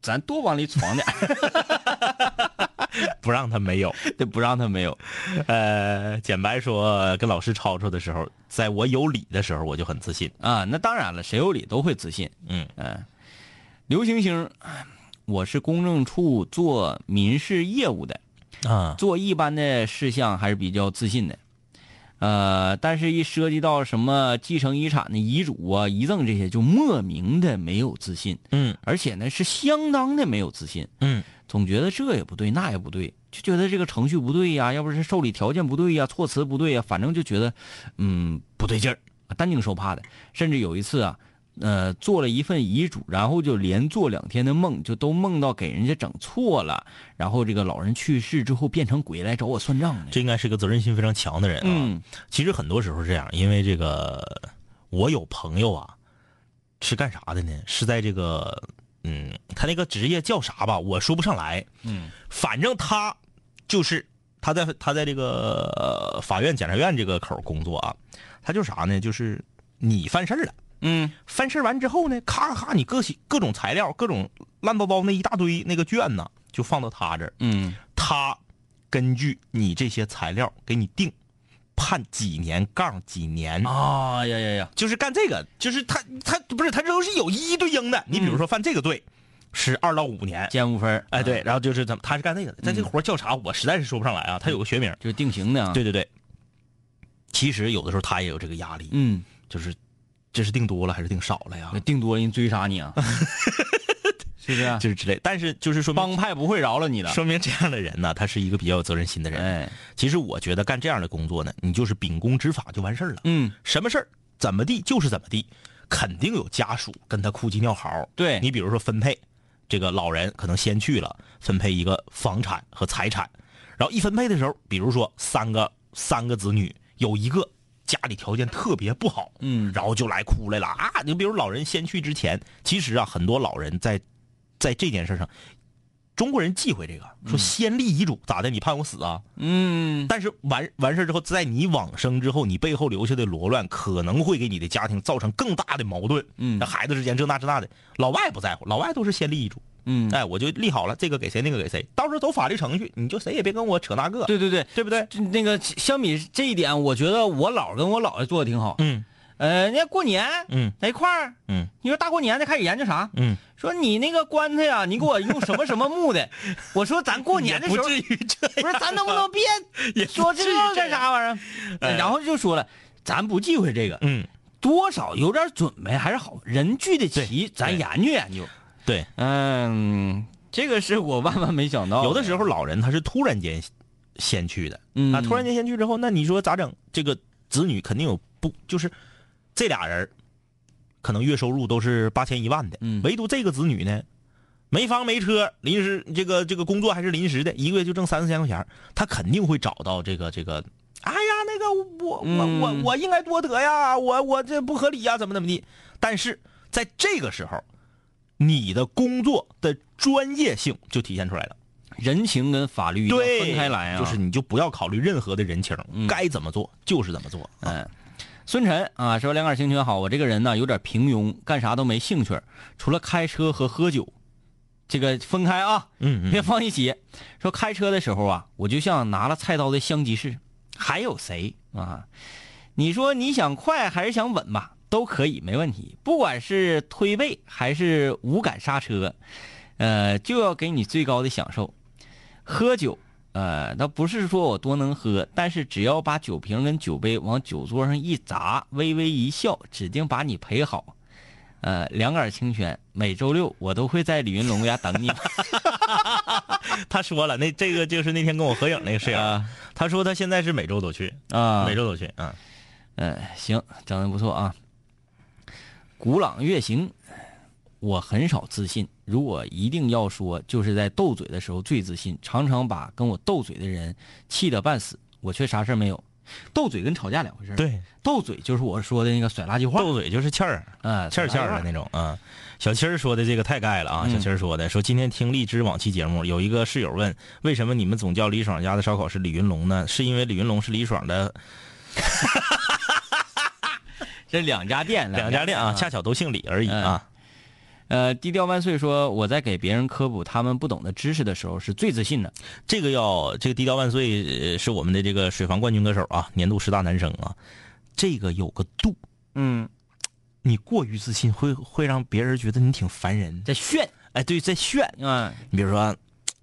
Speaker 3: 咱多往里闯点儿，”
Speaker 4: 不让他没有。
Speaker 3: 得不让他没有。
Speaker 4: 呃，简白说跟老师吵吵的时候，在我有理的时候，我就很自信。
Speaker 3: 啊，那当然了，谁有理都会自信。
Speaker 4: 嗯
Speaker 3: 刘星星，我是公证处做民事业务的，
Speaker 4: 啊，
Speaker 3: 做一般的事项还是比较自信的。呃，但是一涉及到什么继承遗产的遗嘱啊、遗赠这些，就莫名的没有自信，
Speaker 4: 嗯
Speaker 3: 而且呢是相当的没有自信，
Speaker 4: 嗯
Speaker 3: 总觉得这也不对，那也不对，就觉得这个程序不对呀、要不是受理条件不对呀、措辞不对呀、反正就觉得，嗯，不对劲儿，担惊受怕的。甚至有一次啊，呃，做了一份遗嘱，然后就连做两天的梦，就都梦到给人家整错了，然后这个老人去世之后变成鬼来找我算账呢。
Speaker 4: 这应该是个责任心非常强的人啊。
Speaker 3: 嗯
Speaker 4: 其实很多时候是这样，因为这个我有朋友啊，是干啥的呢？是在这个嗯，他那个职业叫啥吧？我说不上来。
Speaker 3: 嗯，
Speaker 4: 反正他就是他在他在这个呃法院、检察院这个口儿工作啊，他就是啥呢？就是你犯事儿了。
Speaker 3: 嗯
Speaker 4: 翻身完之后呢，咔咔，你各各种材料、各种乱糟糟那一大堆那个卷呢，就放到他这儿。
Speaker 3: 嗯
Speaker 4: 他根据你这些材料给你定判几年杠几年，
Speaker 3: 啊呀呀呀，
Speaker 4: 就是干这个，就是他他不是他这都是有一一对应的。你比如说犯这个罪是二到五年，
Speaker 3: 嗯减啊五分儿，
Speaker 4: 哎对，然后就是他他是干这个的，但这个活儿叫啥我实在是说不上来啊，他有个学名。
Speaker 3: 就是定型的嗯啊。
Speaker 4: 对对对，其实有的时候他也有这个压力，
Speaker 3: 嗯，
Speaker 4: 就是这是定多了还是定少了呀？
Speaker 3: 定多了人追杀你 啊，是不是？
Speaker 4: 就是之类，但是就是说
Speaker 3: 帮
Speaker 4: 明
Speaker 3: 派不会饶了你的。
Speaker 4: 说明这样的人呢，他是一个比较有责任心的人。
Speaker 3: 哎，
Speaker 4: 其实我觉得干这样的工作呢，你就是秉公执法就完事儿了。
Speaker 3: 嗯，
Speaker 4: 什么事儿怎么地就是怎么地，肯定有家属跟他哭鸡尿嚎。
Speaker 3: 对
Speaker 4: 你比如说分配，这个老人可能先去了，分配一个房产和财产，然后一分配的时候，比如说三个三个子女有一个。家里条件特别不好，
Speaker 3: 嗯
Speaker 4: 然后就来哭来了啊！你比如老人先去之前，其实啊，很多老人在在这件事上，中国人忌讳这个，说先立遗嘱咋的？你判我死啊？
Speaker 3: 嗯，
Speaker 4: 但是完完事儿之后，在你往生之后，你背后留下的罗乱可能会给你的家庭造成更大的矛盾。
Speaker 3: 嗯
Speaker 4: 那孩子之间这那这那的，老外不在乎，老外都是先立遗嘱。
Speaker 3: 嗯
Speaker 4: 哎，我就立好了，这个给谁，那个给谁，到时候走法律程序，你就谁也别跟我扯那个，
Speaker 3: 对对对，
Speaker 4: 对不对？
Speaker 3: 这那个相比这一点，我觉得我姥儿跟我姥爷做的挺好。
Speaker 4: 嗯
Speaker 3: 呃，人家过年
Speaker 4: 嗯
Speaker 3: 在一块儿，
Speaker 4: 嗯
Speaker 3: 你说大过年的开始研究啥？
Speaker 4: 嗯，
Speaker 3: 说你那个棺材呀、你给我用什么什么木 的？我说咱过年的时候
Speaker 4: 不至于这
Speaker 3: 不是，咱能不能别
Speaker 4: 也
Speaker 3: 说
Speaker 4: 不至
Speaker 3: 这
Speaker 4: 于这样
Speaker 3: 干
Speaker 4: 哎
Speaker 3: 啥玩意儿？然后就说了，咱不忌讳这个，
Speaker 4: 嗯，
Speaker 3: 多少有点准备还是好，人聚得齐，咱
Speaker 4: 对
Speaker 3: 研究研究。
Speaker 4: 对，
Speaker 3: 嗯，这个是我万万没想到的，
Speaker 4: 有的时候老人他是突然间先去的，
Speaker 3: 嗯
Speaker 4: 啊，突然间先去之后，那你说咋整？这个子女肯定有不就是这俩人儿可能月收入都是八千一万的，
Speaker 3: 嗯
Speaker 4: 唯独这个子女呢，没房没车，临时这个这个工作还是临时的，一个月就挣三四千块钱儿，他肯定会找到这个这个。哎呀，那个我我我
Speaker 3: 嗯
Speaker 4: 我应该多得呀，我我这不合理呀，怎么怎么地？但是在这个时候，你的工作的专业性就体现出来了。
Speaker 3: 人情跟法律一定要
Speaker 4: 对，
Speaker 3: 分开来啊，
Speaker 4: 就是你就不要考虑任何的人情，该怎么做就是怎么做。
Speaker 3: 嗯，孙晨啊，说两杆清泉好，我这个人呢有点平庸，干啥都没兴趣儿，除了开车和喝酒，这个分开啊，
Speaker 4: 嗯
Speaker 3: 别放一起。说开车的时候啊，我就像拿了菜刀的香吉士，还有谁啊？你说你想快还是想稳吧，都可以，没问题。不管是推背还是无感刹车，呃，就要给你最高的享受。喝酒，呃，那不是说我多能喝，但是只要把酒瓶跟酒杯往酒桌上一砸，微微一笑，指定把你陪好。呃，两杆清泉，每周六我都会在李云龙家等你。
Speaker 4: 他说了，那这个就是那天跟我合影那个室友，
Speaker 3: 啊
Speaker 4: 他说他现在是每周都去，
Speaker 3: 啊，
Speaker 4: 每周都去啊。
Speaker 3: 嗯，行，整的不错啊。古朗月行，我很少自信。如果一定要说，就是在斗嘴的时候最自信，常常把跟我斗嘴的人气得半死，我却啥事儿没有。斗嘴跟吵架两回事儿。，
Speaker 4: 对，
Speaker 3: 斗嘴就是我说的那个甩垃圾话，
Speaker 4: 斗嘴就是欠儿，
Speaker 3: 啊，
Speaker 4: 欠儿欠儿的那种啊。小七儿说的这个太盖了啊！小七儿说的说今天听荔枝往期节目，有一个室友问，为什么你们总叫李爽家的烧烤是李云龙呢？是因为李云龙是李爽的
Speaker 3: 这两家店，
Speaker 4: 两家店啊，恰巧都姓李而已啊。
Speaker 3: 呃，低调万岁说我在给别人科普他们不懂的知识的时候是最自信的。
Speaker 4: 这个要这个低调万岁呃是我们的这个水房冠军歌手啊，年度十大男生啊，这个有个度，
Speaker 3: 嗯，
Speaker 4: 你过于自信会会让别人觉得你挺烦人。
Speaker 3: 在炫，
Speaker 4: 哎，对，在炫。
Speaker 3: 嗯
Speaker 4: 你比如说，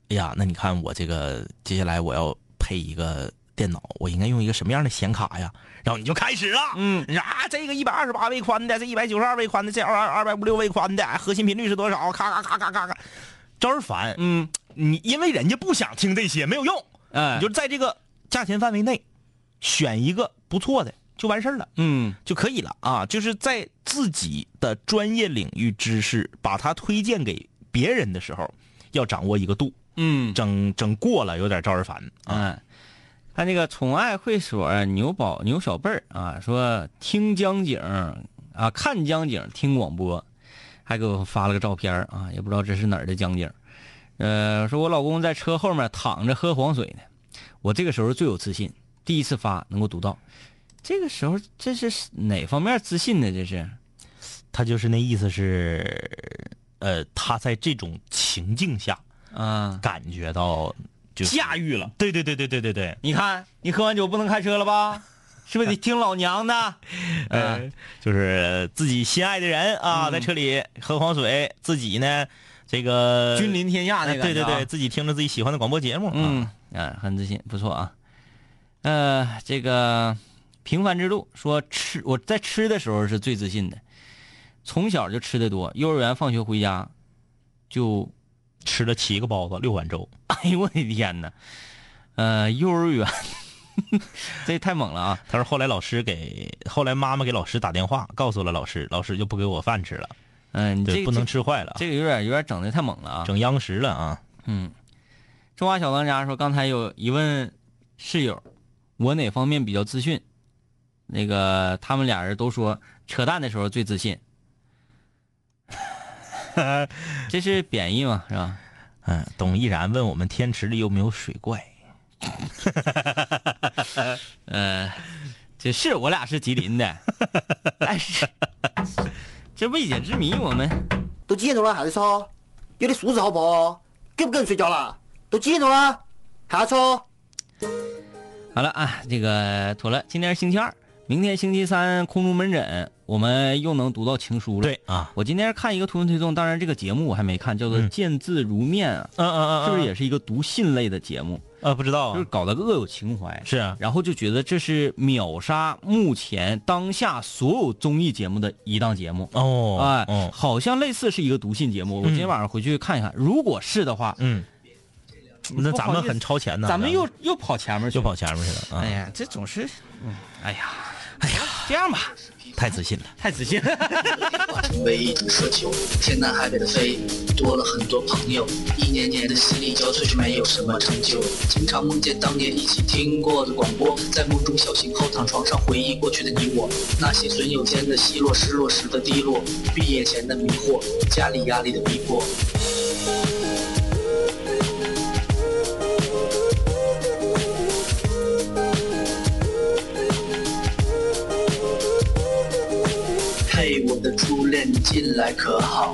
Speaker 4: 哎呀，那你看我这个接下来我要配一个电脑，我应该用一个什么样的显卡呀？然后你就开始了，嗯，你说啊，这个一百二十八位宽的，这一百九十二位宽的，这二二百五六位宽的，哎核心频率是多少？咔咔咔咔咔咔，招人烦。嗯，你因为人家不想听这些，没有用。
Speaker 3: 哎
Speaker 4: 你就在这个价钱范围内选一个不错的就完事儿了。
Speaker 3: 嗯，
Speaker 4: 就可以了啊，就是在自己的专业领域知识把它推荐给别人的时候，要掌握一个度，
Speaker 3: 嗯，
Speaker 4: 整整过了有点招人烦啊。
Speaker 3: 哎，看这个宠爱会所啊牛宝牛小贝儿啊，说听江景啊，看江景，听广播，还给我发了个照片儿啊，也不知道这是哪儿的江景。呃，说我老公在车后面躺着喝黄水呢，我这个时候最有自信，第一次发能够读到。这个时候这是哪方面自信呢？这是，
Speaker 4: 他就是那意思是，呃，他在这种情境下
Speaker 3: 啊，
Speaker 4: 感觉到就是
Speaker 3: 驾驭了。
Speaker 4: 对对对对对对对，
Speaker 3: 你看，你喝完酒不能开车了吧？是不是得听老娘 的？
Speaker 4: 呃，就是自己心爱的人
Speaker 3: 嗯
Speaker 4: 啊，在车里喝黄水，自己呢这个
Speaker 3: 君临天下那啊
Speaker 4: 哎
Speaker 3: 个、
Speaker 4: 对对对，，自己听着自己喜欢的广播节目，
Speaker 3: 嗯，啊，很自信，不错啊。呃，这个平凡之路说吃，我在吃的时候是最自信的，从小就吃的多，幼儿园放学回家就，
Speaker 4: 吃了七个包子，六碗粥。
Speaker 3: 哎呦我的天呐，呃，幼儿园， 这太猛了啊！
Speaker 4: 他说后来老师给，后来妈妈给老师打电话，告诉了老师，老师就不给我饭吃了，
Speaker 3: 嗯、你这
Speaker 4: 对，
Speaker 3: 个
Speaker 4: 不能，吃坏了，
Speaker 3: 这个有点有点整的太猛了啊！
Speaker 4: 整央食了啊。
Speaker 3: 嗯，中华小当家说，刚才有一问室友，我哪方面比较自信？那个他们俩人都说扯淡的时候最自信， 这是贬义嘛，是吧？
Speaker 4: 嗯，董毅然问我们天池里有没有水怪？
Speaker 3: 这是我俩是吉林 的，但哎是这未解之谜，我们
Speaker 7: 都几点钟了还在吵？有点素质好不好？给不给人睡觉了？都几点钟了还要吵？
Speaker 3: 好了啊，这个妥了。今天是星期二，明天星期三空中门诊，我们又能读到情书了。
Speaker 4: 对，啊，
Speaker 3: 我今天看一个图文推送，当然这个节目我还没看，叫做《见字如面》啊。
Speaker 4: 嗯嗯嗯，
Speaker 3: 是不是也是一个读信类的节目？
Speaker 4: 呃不知道
Speaker 3: 就是
Speaker 4: 啊？
Speaker 3: 搞得恶有情怀，
Speaker 4: 是啊，
Speaker 3: 然后就觉得这是秒杀目前当下所有综艺节目的一档节目。
Speaker 4: 哦，
Speaker 3: 哎，
Speaker 4: 哦，
Speaker 3: 好像类似是一个读信节目，我今天晚上回去看一看。如果是的话，
Speaker 4: 嗯，那咱
Speaker 3: 不好
Speaker 4: 们
Speaker 3: 意思
Speaker 4: 很超前呢，
Speaker 3: 咱们又又跑前面去
Speaker 4: 又
Speaker 3: 了。
Speaker 4: 跑前面去了
Speaker 3: 哎
Speaker 4: 啊，
Speaker 3: 呀，这总是，嗯哎呀，哎呀，这样吧，
Speaker 4: 太自信了。
Speaker 3: 太仔细了。
Speaker 8: 唯一不奢求，天南海北的飞，多了很多朋友，一年年的心力交瘁却没有什么成就。经常梦见当年一起听过的广播，在梦中小醒后躺床上回忆过去的你我，那些损友间的奚落，失落时的低落，毕业前的迷惑，家里压力的逼迫。嘿，我的初恋，你近来可好？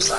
Speaker 8: 三。